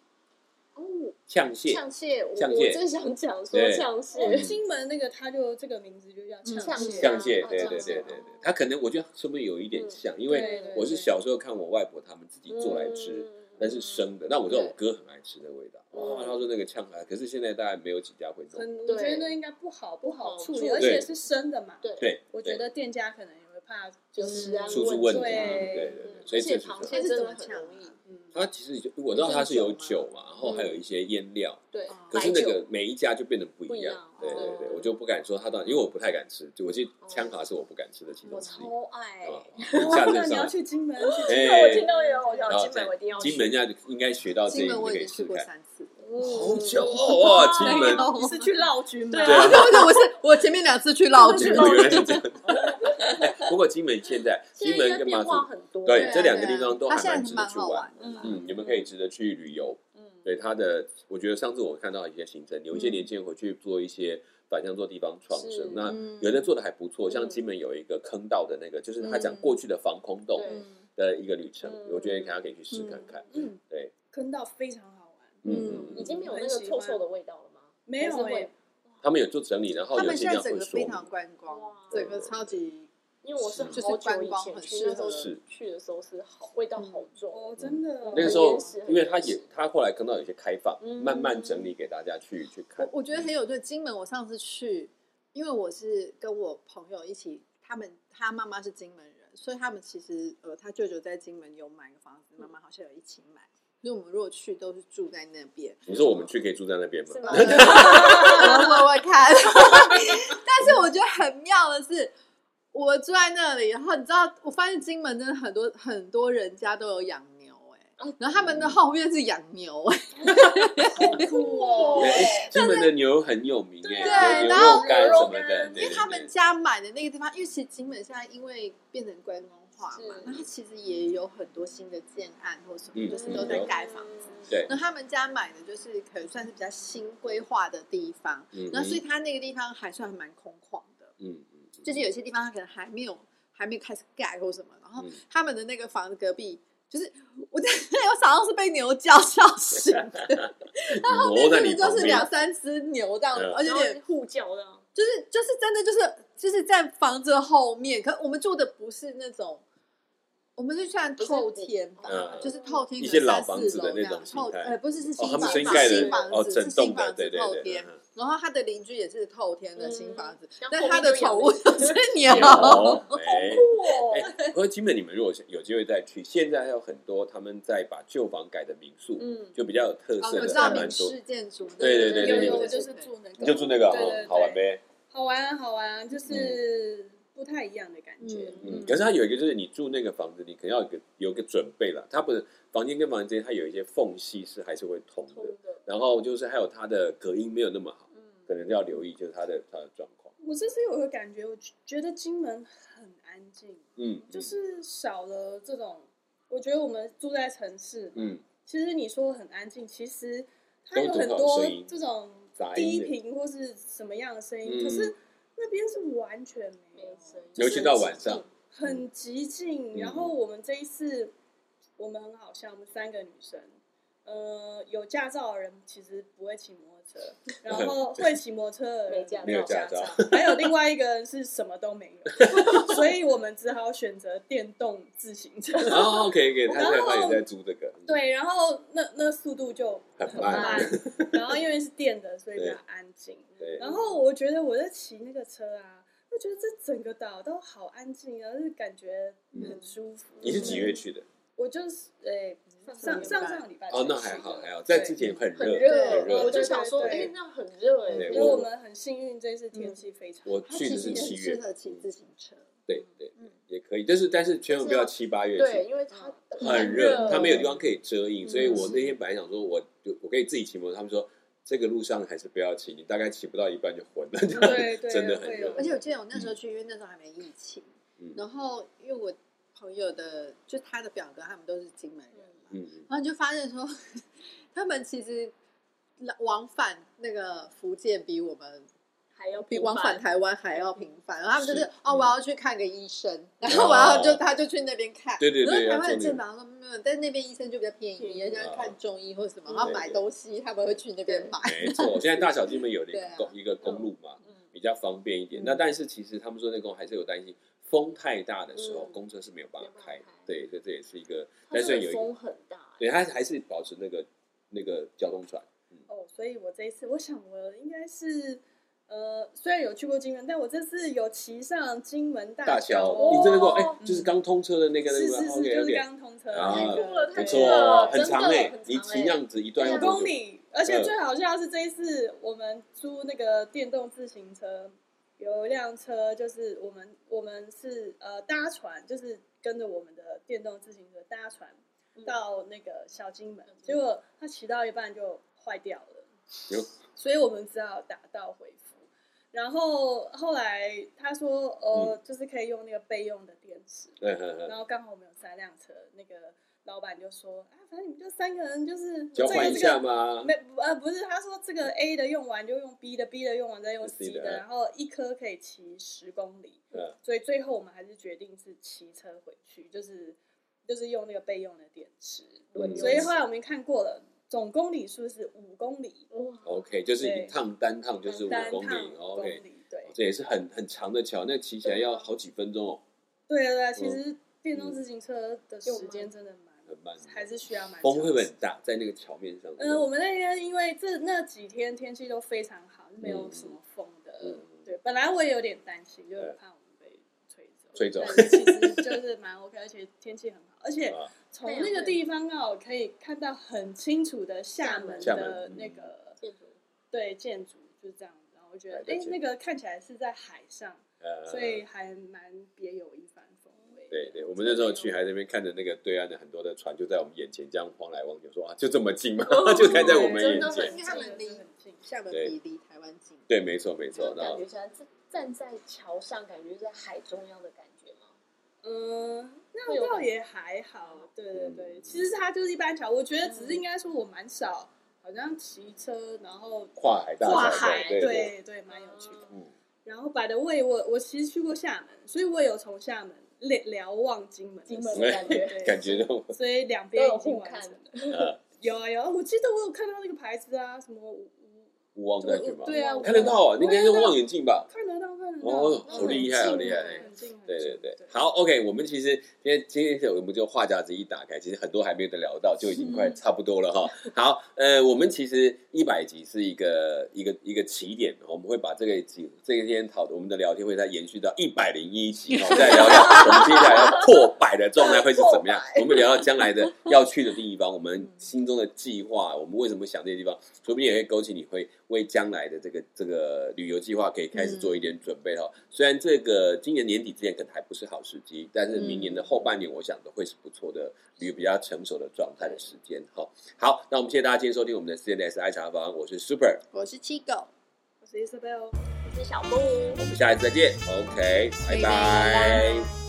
[SPEAKER 3] 哦，
[SPEAKER 1] 呛蟹。
[SPEAKER 3] 呛蟹，我
[SPEAKER 1] 呛
[SPEAKER 3] 我
[SPEAKER 1] 蟹
[SPEAKER 3] 正想讲说
[SPEAKER 1] 对
[SPEAKER 3] 呛
[SPEAKER 4] 哦
[SPEAKER 3] 蟹，
[SPEAKER 4] 金门那个它就这个名字就叫
[SPEAKER 3] 呛
[SPEAKER 4] 蟹，
[SPEAKER 1] 酱蟹
[SPEAKER 3] 啊，
[SPEAKER 1] 对
[SPEAKER 3] 酱
[SPEAKER 1] 对
[SPEAKER 3] 蟹嗯
[SPEAKER 1] 对对
[SPEAKER 3] 哦
[SPEAKER 1] 对，它可能我觉得是不是有一点像，因为
[SPEAKER 4] 对对
[SPEAKER 1] 我是
[SPEAKER 4] 对
[SPEAKER 1] 小时候看我外婆他们自己做来吃，
[SPEAKER 3] 嗯
[SPEAKER 1] 但是生的。那我知道我
[SPEAKER 2] 对
[SPEAKER 1] 哥很爱吃那个味道，哦
[SPEAKER 3] 嗯
[SPEAKER 1] 哇，他说那个呛来，可是现在大概没有几家会弄。
[SPEAKER 4] 很我
[SPEAKER 3] 对
[SPEAKER 4] 觉得那应该不好不好处理，
[SPEAKER 3] 对
[SPEAKER 4] 而且是生的嘛，
[SPEAKER 3] 对，
[SPEAKER 1] 对，
[SPEAKER 4] 我觉
[SPEAKER 1] 对
[SPEAKER 4] 得店家可能也会怕就
[SPEAKER 3] 有
[SPEAKER 4] 是
[SPEAKER 3] 食安
[SPEAKER 1] 出出问
[SPEAKER 3] 问
[SPEAKER 1] 题，
[SPEAKER 4] 题
[SPEAKER 1] 对
[SPEAKER 4] 对
[SPEAKER 1] 对
[SPEAKER 3] 嗯
[SPEAKER 1] 对，所以
[SPEAKER 3] 而且
[SPEAKER 1] 这是
[SPEAKER 3] 螃
[SPEAKER 1] 这
[SPEAKER 3] 蟹
[SPEAKER 1] 样
[SPEAKER 2] 它是怎
[SPEAKER 3] 真的
[SPEAKER 2] 么
[SPEAKER 3] 很
[SPEAKER 2] 呛
[SPEAKER 3] 容易
[SPEAKER 2] 啊？嗯，
[SPEAKER 1] 它其实就我知道它是有酒嘛，然后还有一些腌料，
[SPEAKER 3] 对，
[SPEAKER 1] 可是
[SPEAKER 3] 白
[SPEAKER 1] 那
[SPEAKER 3] 酒
[SPEAKER 1] 个每一家就变得不
[SPEAKER 3] 不
[SPEAKER 1] 一
[SPEAKER 3] 一
[SPEAKER 1] 样
[SPEAKER 3] 样。
[SPEAKER 1] 对对
[SPEAKER 3] 哦
[SPEAKER 1] 对，我就不敢说它到底，因为我不太敢吃，就我记得枪蛤是我不敢吃的其中
[SPEAKER 3] 嗯我
[SPEAKER 1] 之一。
[SPEAKER 3] 超爱，
[SPEAKER 1] 啊， 下次
[SPEAKER 4] 那你
[SPEAKER 1] 上
[SPEAKER 4] 要
[SPEAKER 1] 来
[SPEAKER 4] 去金门去
[SPEAKER 1] 哎
[SPEAKER 3] 那我听到有，我想
[SPEAKER 1] 然后
[SPEAKER 3] 金门我一定要去，
[SPEAKER 1] 金门人家应该学到这一
[SPEAKER 2] 金
[SPEAKER 1] 点，
[SPEAKER 2] 门我
[SPEAKER 1] 啊可
[SPEAKER 2] 已
[SPEAKER 1] 以试
[SPEAKER 2] 经去
[SPEAKER 1] 试
[SPEAKER 2] 过
[SPEAKER 1] 看。
[SPEAKER 2] 三次了。
[SPEAKER 1] 好
[SPEAKER 3] 嗯
[SPEAKER 1] 久哦，哇，金
[SPEAKER 2] 对
[SPEAKER 1] 门，
[SPEAKER 2] 哦
[SPEAKER 4] 你是去闹军吗？
[SPEAKER 1] 对啊
[SPEAKER 2] 对对，我是我前面两次去老
[SPEAKER 3] 金
[SPEAKER 2] 去
[SPEAKER 3] 门
[SPEAKER 1] 哦原来是这样。哎不过金门现在，金
[SPEAKER 3] 现在应
[SPEAKER 1] 门
[SPEAKER 3] 该
[SPEAKER 1] 跟马
[SPEAKER 3] 变
[SPEAKER 1] 祖，
[SPEAKER 3] 化很多，
[SPEAKER 1] 对
[SPEAKER 2] 啊
[SPEAKER 1] 这两个
[SPEAKER 2] 对啊
[SPEAKER 1] 地方都
[SPEAKER 2] 它
[SPEAKER 1] 还
[SPEAKER 2] 现在
[SPEAKER 1] 蛮
[SPEAKER 2] 是
[SPEAKER 1] 值得
[SPEAKER 2] 蛮
[SPEAKER 1] 去
[SPEAKER 2] 好
[SPEAKER 1] 玩
[SPEAKER 2] 玩。的啦。
[SPEAKER 1] 嗯，你们可以值得去旅游。
[SPEAKER 3] 嗯，
[SPEAKER 1] 对它的，我觉得上次我看到一些行程，有一些
[SPEAKER 4] 嗯
[SPEAKER 1] 年轻人回去做一些反向做地方创
[SPEAKER 3] 是
[SPEAKER 1] 生，那
[SPEAKER 2] 嗯
[SPEAKER 1] 有的做的还不错，像
[SPEAKER 3] 嗯
[SPEAKER 1] 金门有一个坑道的那个，就是他讲
[SPEAKER 2] 嗯
[SPEAKER 1] 过去的防空洞
[SPEAKER 3] 对
[SPEAKER 2] 嗯
[SPEAKER 1] 的一个旅程，
[SPEAKER 3] 嗯
[SPEAKER 1] 我觉得大家可以去试看看。
[SPEAKER 4] 嗯，
[SPEAKER 1] 对，
[SPEAKER 4] 坑道非常好玩，
[SPEAKER 1] 嗯，
[SPEAKER 3] 已经没有那个臭臭的味道了吗？
[SPEAKER 4] 没有
[SPEAKER 3] 还是
[SPEAKER 4] 哎
[SPEAKER 3] 会，
[SPEAKER 1] 他们有做整理，然后
[SPEAKER 2] 他
[SPEAKER 1] 有
[SPEAKER 2] 们
[SPEAKER 1] 些
[SPEAKER 2] 现
[SPEAKER 1] 地
[SPEAKER 2] 在
[SPEAKER 1] 方
[SPEAKER 2] 整
[SPEAKER 1] 会
[SPEAKER 2] 个
[SPEAKER 1] 说
[SPEAKER 2] 非
[SPEAKER 1] 明。
[SPEAKER 2] 常观光
[SPEAKER 3] 哇，
[SPEAKER 2] 整个超级
[SPEAKER 3] 因为我是
[SPEAKER 1] 就是
[SPEAKER 3] 好久以前去，那时候
[SPEAKER 1] 是
[SPEAKER 3] 去的时候是好味道好重，
[SPEAKER 4] 哦，真的哦，
[SPEAKER 1] 那个时
[SPEAKER 3] 很
[SPEAKER 1] 候
[SPEAKER 3] 原始，
[SPEAKER 1] 因为他
[SPEAKER 3] 很原
[SPEAKER 1] 也
[SPEAKER 3] 始
[SPEAKER 1] 他后来坑道有些开放，
[SPEAKER 3] 嗯
[SPEAKER 1] 慢慢整理给大家去去看
[SPEAKER 2] 我。我觉得很有趣。金门我上次去，因为我是跟我朋友一起，他们他妈妈是金门人，所以他们其实呃，他舅舅在金门有买个房子，妈妈好像有一起买，所以我们如果去都是住在那边。
[SPEAKER 1] 你说我们去可以住在那边吗
[SPEAKER 3] 是？吗
[SPEAKER 2] 呃？我问问看， 但是我觉得很妙的是，我住在那里，然后你知道，我发现金门真的很多很多人家都有养牛、哎
[SPEAKER 3] 哦，
[SPEAKER 2] 然后他们的后院是养牛、哎，
[SPEAKER 4] 好酷哦，
[SPEAKER 1] 对，金门的牛很有名耶，
[SPEAKER 2] 对
[SPEAKER 1] 有牛
[SPEAKER 2] 然后
[SPEAKER 1] 肉干什么
[SPEAKER 3] 牛肉
[SPEAKER 1] 的，
[SPEAKER 3] 干
[SPEAKER 1] 对
[SPEAKER 2] 因为他们家买的那个地方，因为其实金门现在因为变成观光化嘛
[SPEAKER 3] 是，
[SPEAKER 2] 那它其实也有很多新的建案或什
[SPEAKER 1] 嗯
[SPEAKER 2] 么，就是都在盖房子。
[SPEAKER 1] 对
[SPEAKER 2] 那他们家买的就是可能算是比较新规划的地方，
[SPEAKER 1] 对对对嗯
[SPEAKER 2] 那所以它那个地方还算蛮空旷的。
[SPEAKER 1] 嗯嗯，嗯
[SPEAKER 2] 就是有些地方它可能还没有还没有开始盖或什么，然后
[SPEAKER 1] 嗯
[SPEAKER 2] 他们的那个房子隔壁，就是我在 我早上是被牛叫笑 醒的，
[SPEAKER 1] 挪在嗯你
[SPEAKER 2] 就
[SPEAKER 1] 旁
[SPEAKER 2] 是
[SPEAKER 1] 边
[SPEAKER 2] 两，三只牛这样子
[SPEAKER 1] 嗯，
[SPEAKER 2] 而且有
[SPEAKER 3] 然后
[SPEAKER 2] 点
[SPEAKER 3] 互叫这样，
[SPEAKER 2] 就是就是真的就是就是在房子后面，可我们住的不是那种。我们是算透天吧，
[SPEAKER 1] 嗯
[SPEAKER 2] 就是透天
[SPEAKER 1] 一
[SPEAKER 2] 可
[SPEAKER 1] 些
[SPEAKER 2] 能
[SPEAKER 1] 老
[SPEAKER 2] 三
[SPEAKER 1] 房
[SPEAKER 2] 四
[SPEAKER 1] 子
[SPEAKER 2] 楼
[SPEAKER 1] 的
[SPEAKER 2] 这
[SPEAKER 1] 那
[SPEAKER 2] 样
[SPEAKER 1] 种形
[SPEAKER 2] 透
[SPEAKER 1] 态
[SPEAKER 2] 呃不是是新
[SPEAKER 1] 哦，他
[SPEAKER 2] 房
[SPEAKER 1] 们
[SPEAKER 2] 子，
[SPEAKER 1] 新盖
[SPEAKER 2] 新
[SPEAKER 1] 的
[SPEAKER 2] 房子
[SPEAKER 1] 哦，
[SPEAKER 2] 是
[SPEAKER 1] 整
[SPEAKER 2] 新
[SPEAKER 1] 栋
[SPEAKER 2] 房
[SPEAKER 1] 的，
[SPEAKER 2] 子
[SPEAKER 1] 对对
[SPEAKER 2] 透
[SPEAKER 1] 对，
[SPEAKER 2] 天
[SPEAKER 1] 嗯，
[SPEAKER 2] 然后他的邻居也是透天的新房子，
[SPEAKER 3] 然后
[SPEAKER 2] 但
[SPEAKER 3] 后
[SPEAKER 2] 他
[SPEAKER 3] 面
[SPEAKER 2] 的
[SPEAKER 3] 就养
[SPEAKER 2] 宠物
[SPEAKER 3] 了
[SPEAKER 2] 都是牛。
[SPEAKER 1] 哦，哎。
[SPEAKER 3] 哇
[SPEAKER 1] 哎，不过金门你们如果有机会再去，现在还有很多他们在把旧房改的民宿，
[SPEAKER 3] 嗯，
[SPEAKER 1] 就比较有特
[SPEAKER 2] 哦，
[SPEAKER 1] 色
[SPEAKER 2] 我知
[SPEAKER 1] 的，
[SPEAKER 2] 道
[SPEAKER 1] 还蛮
[SPEAKER 2] 民
[SPEAKER 1] 多。
[SPEAKER 2] 事建筑那个，
[SPEAKER 1] 对对对对
[SPEAKER 4] 有有，
[SPEAKER 1] 对
[SPEAKER 4] 我
[SPEAKER 1] 对
[SPEAKER 4] 就是住那个，
[SPEAKER 1] 你就住那个
[SPEAKER 4] 对对
[SPEAKER 1] 哈
[SPEAKER 4] 对，
[SPEAKER 1] 好玩呗。
[SPEAKER 4] 好玩啊好玩啊，就是不太一样的感觉，
[SPEAKER 1] 嗯，
[SPEAKER 2] 嗯
[SPEAKER 1] 可是它有一个就是你住那个房子，你可能要有个有个准备了。它不是房间跟房间之间，它有一些缝隙是还是会通
[SPEAKER 3] 通
[SPEAKER 1] 的。
[SPEAKER 3] 的，
[SPEAKER 1] 然后就是还有它的隔音没有那么好，可
[SPEAKER 3] 嗯，
[SPEAKER 1] 能要留意就是它的它的状况。
[SPEAKER 4] 我这次有个感觉，我觉得金门很安静，
[SPEAKER 1] 嗯，
[SPEAKER 4] 就是少了这种，我觉得我们住在城市嘛，
[SPEAKER 1] 嗯
[SPEAKER 4] 其实你说很安静，其实它有
[SPEAKER 1] 都是
[SPEAKER 4] 很
[SPEAKER 1] 这种
[SPEAKER 4] 多
[SPEAKER 1] 声音
[SPEAKER 4] 这种
[SPEAKER 1] 杂
[SPEAKER 4] 低
[SPEAKER 1] 音的
[SPEAKER 4] 频或是什么样的声
[SPEAKER 1] 嗯
[SPEAKER 4] 音，可是那边是完全没
[SPEAKER 3] 没
[SPEAKER 4] 有，
[SPEAKER 3] 声音
[SPEAKER 1] 尤其到晚上，
[SPEAKER 4] 很极
[SPEAKER 1] 嗯
[SPEAKER 4] 静。然后我们这一次，我们很好笑，我们三个女生，呃，有驾照的人其实不会骑摩托 车，然 后会骑摩托车的人
[SPEAKER 3] 没驾照
[SPEAKER 4] 没有驾
[SPEAKER 1] 没有
[SPEAKER 4] 照
[SPEAKER 1] 驾，
[SPEAKER 4] 还有另外一个人是什么都 没有，所以我们只好选择电动自行车。
[SPEAKER 1] 然后 OK OK，他哦在他也在租这个，，嗯
[SPEAKER 4] 对，然后那那速度就
[SPEAKER 1] 哎很
[SPEAKER 4] 慢
[SPEAKER 3] 哎
[SPEAKER 1] 慢，
[SPEAKER 4] 然后因为是电的，所以比较安静。
[SPEAKER 1] 对，
[SPEAKER 4] 然后我觉得我在骑那个车啊，我觉得这整个岛都好安静啊，就是感觉很舒服。
[SPEAKER 1] 嗯
[SPEAKER 4] 嗯
[SPEAKER 1] 你是几月去的？
[SPEAKER 4] 我就是诶、上
[SPEAKER 3] 上
[SPEAKER 4] 上
[SPEAKER 2] 上
[SPEAKER 4] 上个礼拜
[SPEAKER 1] 哦，那
[SPEAKER 4] 才去
[SPEAKER 1] 还
[SPEAKER 4] 的
[SPEAKER 1] 好还好，在
[SPEAKER 4] 对
[SPEAKER 1] 之前很
[SPEAKER 3] 很
[SPEAKER 1] 热，
[SPEAKER 2] 很
[SPEAKER 1] 热
[SPEAKER 3] 我就想说，
[SPEAKER 4] 对对
[SPEAKER 3] 哎
[SPEAKER 4] 对，
[SPEAKER 3] 那很热哎，
[SPEAKER 1] 对
[SPEAKER 4] 因为我们很幸运，这次天气非常好。
[SPEAKER 1] 我去的是
[SPEAKER 2] 其实
[SPEAKER 1] 七
[SPEAKER 2] 很
[SPEAKER 1] 月
[SPEAKER 2] 适，合骑自行车，
[SPEAKER 1] 对对
[SPEAKER 2] 嗯，
[SPEAKER 1] 也可以，但是但是千万不要七八月
[SPEAKER 3] 对，
[SPEAKER 1] 去，
[SPEAKER 3] 因为它
[SPEAKER 1] 很
[SPEAKER 3] 热
[SPEAKER 1] 热，，他没有地方可以遮阴，
[SPEAKER 4] 嗯
[SPEAKER 1] 所以我那天本来想说，我就我可以自己骑摩托，他们说这个路上还是不要骑，你大概骑不到一半就昏了，这样
[SPEAKER 4] 对 对，
[SPEAKER 1] 真的很
[SPEAKER 4] 会
[SPEAKER 1] 热
[SPEAKER 4] 有
[SPEAKER 2] 而且我记得我那时候去，因为那时候还没疫情，
[SPEAKER 1] 嗯
[SPEAKER 2] 然后因为我朋友的就他的表哥他们都是金门人嘛，
[SPEAKER 1] 嗯，
[SPEAKER 2] 然后你就发现说，他们其实往返那个福建比我们
[SPEAKER 3] 还要
[SPEAKER 2] 比往返台湾还要频繁，然后他们就是是哦，
[SPEAKER 1] 嗯哦
[SPEAKER 2] 我要去看个医生，然后我要就他就去那边看，
[SPEAKER 1] 对对对
[SPEAKER 2] 然后
[SPEAKER 1] 要啊做
[SPEAKER 2] 台湾人
[SPEAKER 1] 那个
[SPEAKER 2] 健保说没有，但那边医生就比较便宜，人
[SPEAKER 3] 便宜
[SPEAKER 2] 家看中医或什么，
[SPEAKER 3] 嗯
[SPEAKER 2] 然后买东西他们会去那边买，
[SPEAKER 1] 没错，现在大小金门有了一
[SPEAKER 2] 对啊
[SPEAKER 1] 个公一个公路嘛，
[SPEAKER 3] 嗯
[SPEAKER 1] 比较方便一点。
[SPEAKER 2] 嗯
[SPEAKER 1] 那但是其实他们说那公还是有担心，风太大的时候，
[SPEAKER 3] 嗯
[SPEAKER 1] 公车是没有办法开的
[SPEAKER 3] 没办法开。
[SPEAKER 1] 对，这这也是一个，
[SPEAKER 3] 它
[SPEAKER 1] 但
[SPEAKER 3] 真
[SPEAKER 1] 是
[SPEAKER 3] 的
[SPEAKER 1] 有一
[SPEAKER 3] 风
[SPEAKER 1] 个，
[SPEAKER 3] 很大，
[SPEAKER 1] 对，它还是保持那个那个交通船。
[SPEAKER 4] 哦，所以我这一次，我想我应该是，呃，虽然有去过金门，但我这次有骑上金门大
[SPEAKER 1] 大桥，
[SPEAKER 4] 哦
[SPEAKER 1] 你真的够哎
[SPEAKER 3] 哦，
[SPEAKER 1] 就是刚通车的那个
[SPEAKER 4] 是
[SPEAKER 1] 那个
[SPEAKER 4] 是是，
[SPEAKER 1] ，OK
[SPEAKER 4] 就是
[SPEAKER 1] OK，
[SPEAKER 4] 刚通车的
[SPEAKER 1] 啊
[SPEAKER 4] 那个，
[SPEAKER 3] 太
[SPEAKER 1] 不
[SPEAKER 4] 对
[SPEAKER 1] 错
[SPEAKER 3] 酷了
[SPEAKER 1] 哦，很长
[SPEAKER 3] 真的
[SPEAKER 1] 哎
[SPEAKER 3] 很，长
[SPEAKER 1] 你骑
[SPEAKER 3] 哎
[SPEAKER 1] 这样子一段要
[SPEAKER 4] 两
[SPEAKER 1] 多
[SPEAKER 4] 公
[SPEAKER 1] 久？
[SPEAKER 4] 里，而
[SPEAKER 1] 嗯
[SPEAKER 4] 且最好笑的是这一次我们租那个电动自行车，有一辆车就是我们我们是呃搭船，就是跟着我们的电动自行车搭船
[SPEAKER 3] 嗯
[SPEAKER 4] 到那个小金门
[SPEAKER 3] 小
[SPEAKER 4] 结
[SPEAKER 3] 金，门
[SPEAKER 4] 果它骑到一半就坏掉了
[SPEAKER 1] 哟，
[SPEAKER 4] 所以我们只好打道回府。然后后来他说，呃，就是可以用那个备用的电池，
[SPEAKER 1] 嗯嗯嗯
[SPEAKER 4] 然后刚好我们有三辆车，那个老板就说啊，反正你们就三个人，就是这
[SPEAKER 1] 交
[SPEAKER 4] 个
[SPEAKER 1] 换一
[SPEAKER 4] 这
[SPEAKER 1] 下
[SPEAKER 4] 个
[SPEAKER 1] 嘛。
[SPEAKER 4] 没呃不是，他说这个 A 的用完就用 B 的，B 的用完再用
[SPEAKER 1] C
[SPEAKER 4] C
[SPEAKER 1] 的
[SPEAKER 4] 的，然后一颗可以骑十公里，
[SPEAKER 1] 嗯
[SPEAKER 4] 所以最后我们还是决定是骑车回去，就是就是用那个备用的电池。
[SPEAKER 1] 轮流
[SPEAKER 4] 所以后来我们看过了，总公里数是五公里，
[SPEAKER 3] 哇，
[SPEAKER 1] OK，就是一
[SPEAKER 4] 对
[SPEAKER 1] 趟单趟就是五
[SPEAKER 4] 单
[SPEAKER 1] 公
[SPEAKER 4] 趟
[SPEAKER 1] 里
[SPEAKER 4] 五公
[SPEAKER 1] ，OK，
[SPEAKER 4] 里，对
[SPEAKER 1] 这也是很很长的桥，那骑起来要好几分钟哦，
[SPEAKER 4] 对啊对啊，其实电
[SPEAKER 1] 嗯
[SPEAKER 4] 动自行车的时间真的蛮
[SPEAKER 1] 很慢。
[SPEAKER 4] 还是需要
[SPEAKER 1] 嗯
[SPEAKER 4] 蛮
[SPEAKER 1] 风会不
[SPEAKER 4] 长
[SPEAKER 1] 会
[SPEAKER 4] 的
[SPEAKER 1] 很大，在那个桥面上？
[SPEAKER 4] 嗯，我们那天因为这那几天天气都非常好，没有什么风的。
[SPEAKER 1] 嗯
[SPEAKER 4] 对，本来我也有点担心，就是怕我们被吹走。
[SPEAKER 1] 吹走
[SPEAKER 4] 但是其实就是蛮 OK，而且天气很好，而且
[SPEAKER 1] 啊
[SPEAKER 4] 从那个地方刚好可以看到很清楚的厦门
[SPEAKER 1] 厦
[SPEAKER 4] 的
[SPEAKER 1] 门
[SPEAKER 4] 那个
[SPEAKER 3] 建筑
[SPEAKER 4] 对建筑，就是这样子。然后我觉得，
[SPEAKER 1] 对
[SPEAKER 4] 哎
[SPEAKER 1] 了，解
[SPEAKER 4] 那个看起来是在海上，
[SPEAKER 1] 呃
[SPEAKER 4] 所以还蛮别有一番风味。
[SPEAKER 1] 对对，我们那时候去还在那边看着那个对岸的很多的船就在我们眼前这样晃来晃去，说啊，就这么近吗？
[SPEAKER 4] 哦
[SPEAKER 1] 就开在我们眼
[SPEAKER 3] 真的很
[SPEAKER 1] 前。
[SPEAKER 2] 因为他们离
[SPEAKER 4] 真的很近
[SPEAKER 2] 厦门
[SPEAKER 1] 对
[SPEAKER 2] 比离台湾近，
[SPEAKER 1] 对，没错没
[SPEAKER 3] 就
[SPEAKER 1] 错。然
[SPEAKER 3] 感
[SPEAKER 1] 后
[SPEAKER 3] 觉起来站站在桥上，感觉在海中央的感觉嘛。
[SPEAKER 4] 嗯，
[SPEAKER 3] 会
[SPEAKER 4] 那
[SPEAKER 3] 有
[SPEAKER 4] 倒也还好，对对对，
[SPEAKER 1] 嗯
[SPEAKER 4] 其实它就是一般桥，我觉得只是应该说我蛮少，好像骑车然后
[SPEAKER 1] 跨海大
[SPEAKER 4] 跨
[SPEAKER 1] 桥，
[SPEAKER 4] 海，
[SPEAKER 1] 对对，
[SPEAKER 4] 对对，蛮有趣的。
[SPEAKER 1] 嗯，
[SPEAKER 4] 然后摆的位，我我其实去过厦门，所以我有从厦门瞭瞭望金门的
[SPEAKER 3] 金门
[SPEAKER 4] 时候
[SPEAKER 3] 的感觉，
[SPEAKER 4] 对
[SPEAKER 1] 感觉 到
[SPEAKER 4] 所以两边
[SPEAKER 3] 都有
[SPEAKER 4] 已经
[SPEAKER 3] 互
[SPEAKER 4] 完
[SPEAKER 3] 看
[SPEAKER 4] 成了。
[SPEAKER 1] 呃
[SPEAKER 4] 有啊有啊，我记得我有看到那个牌子啊，什么五五，
[SPEAKER 1] 无望在去吗？
[SPEAKER 4] 对啊，
[SPEAKER 3] 我
[SPEAKER 1] 看得到啊，那应该是
[SPEAKER 4] 我看得到
[SPEAKER 1] 望远镜吧？
[SPEAKER 4] 看得到看得到，
[SPEAKER 1] 哦，
[SPEAKER 4] 嗯
[SPEAKER 1] 好厉害，好厉害！哎
[SPEAKER 4] 很近很近，
[SPEAKER 1] 对对对，好，OK，我们其实今天今天我们就话匣子一打开，其实很多还没有得聊到，就已经快差不多了 哈。好，呃，我们其实一百集是一个一个一个起点，我们会把这个集这个天讨我们的聊天会再延续到一百零一 集，我们再聊聊我们接下来要破百的状态会是怎么样，我们聊到将来的要去的地方，我们心中的计划，我们为什么想这些地方，说不定也会勾起你会为将来的这个这个旅游计划可以开始做一点准备哈。虽然这个今年年底之前可能还不是好时机，但是明年的后半年，我想都会是不错的旅游比较成熟的状态的时间哈。好，那我们谢谢大家今天收听我们的 CNS 爱茶房，我是 Super，
[SPEAKER 2] 我是七狗。
[SPEAKER 4] 我是 Isabel。
[SPEAKER 3] 我是小木。
[SPEAKER 1] 我们下一次再见，OK，拜
[SPEAKER 2] 拜
[SPEAKER 1] 拜
[SPEAKER 2] 拜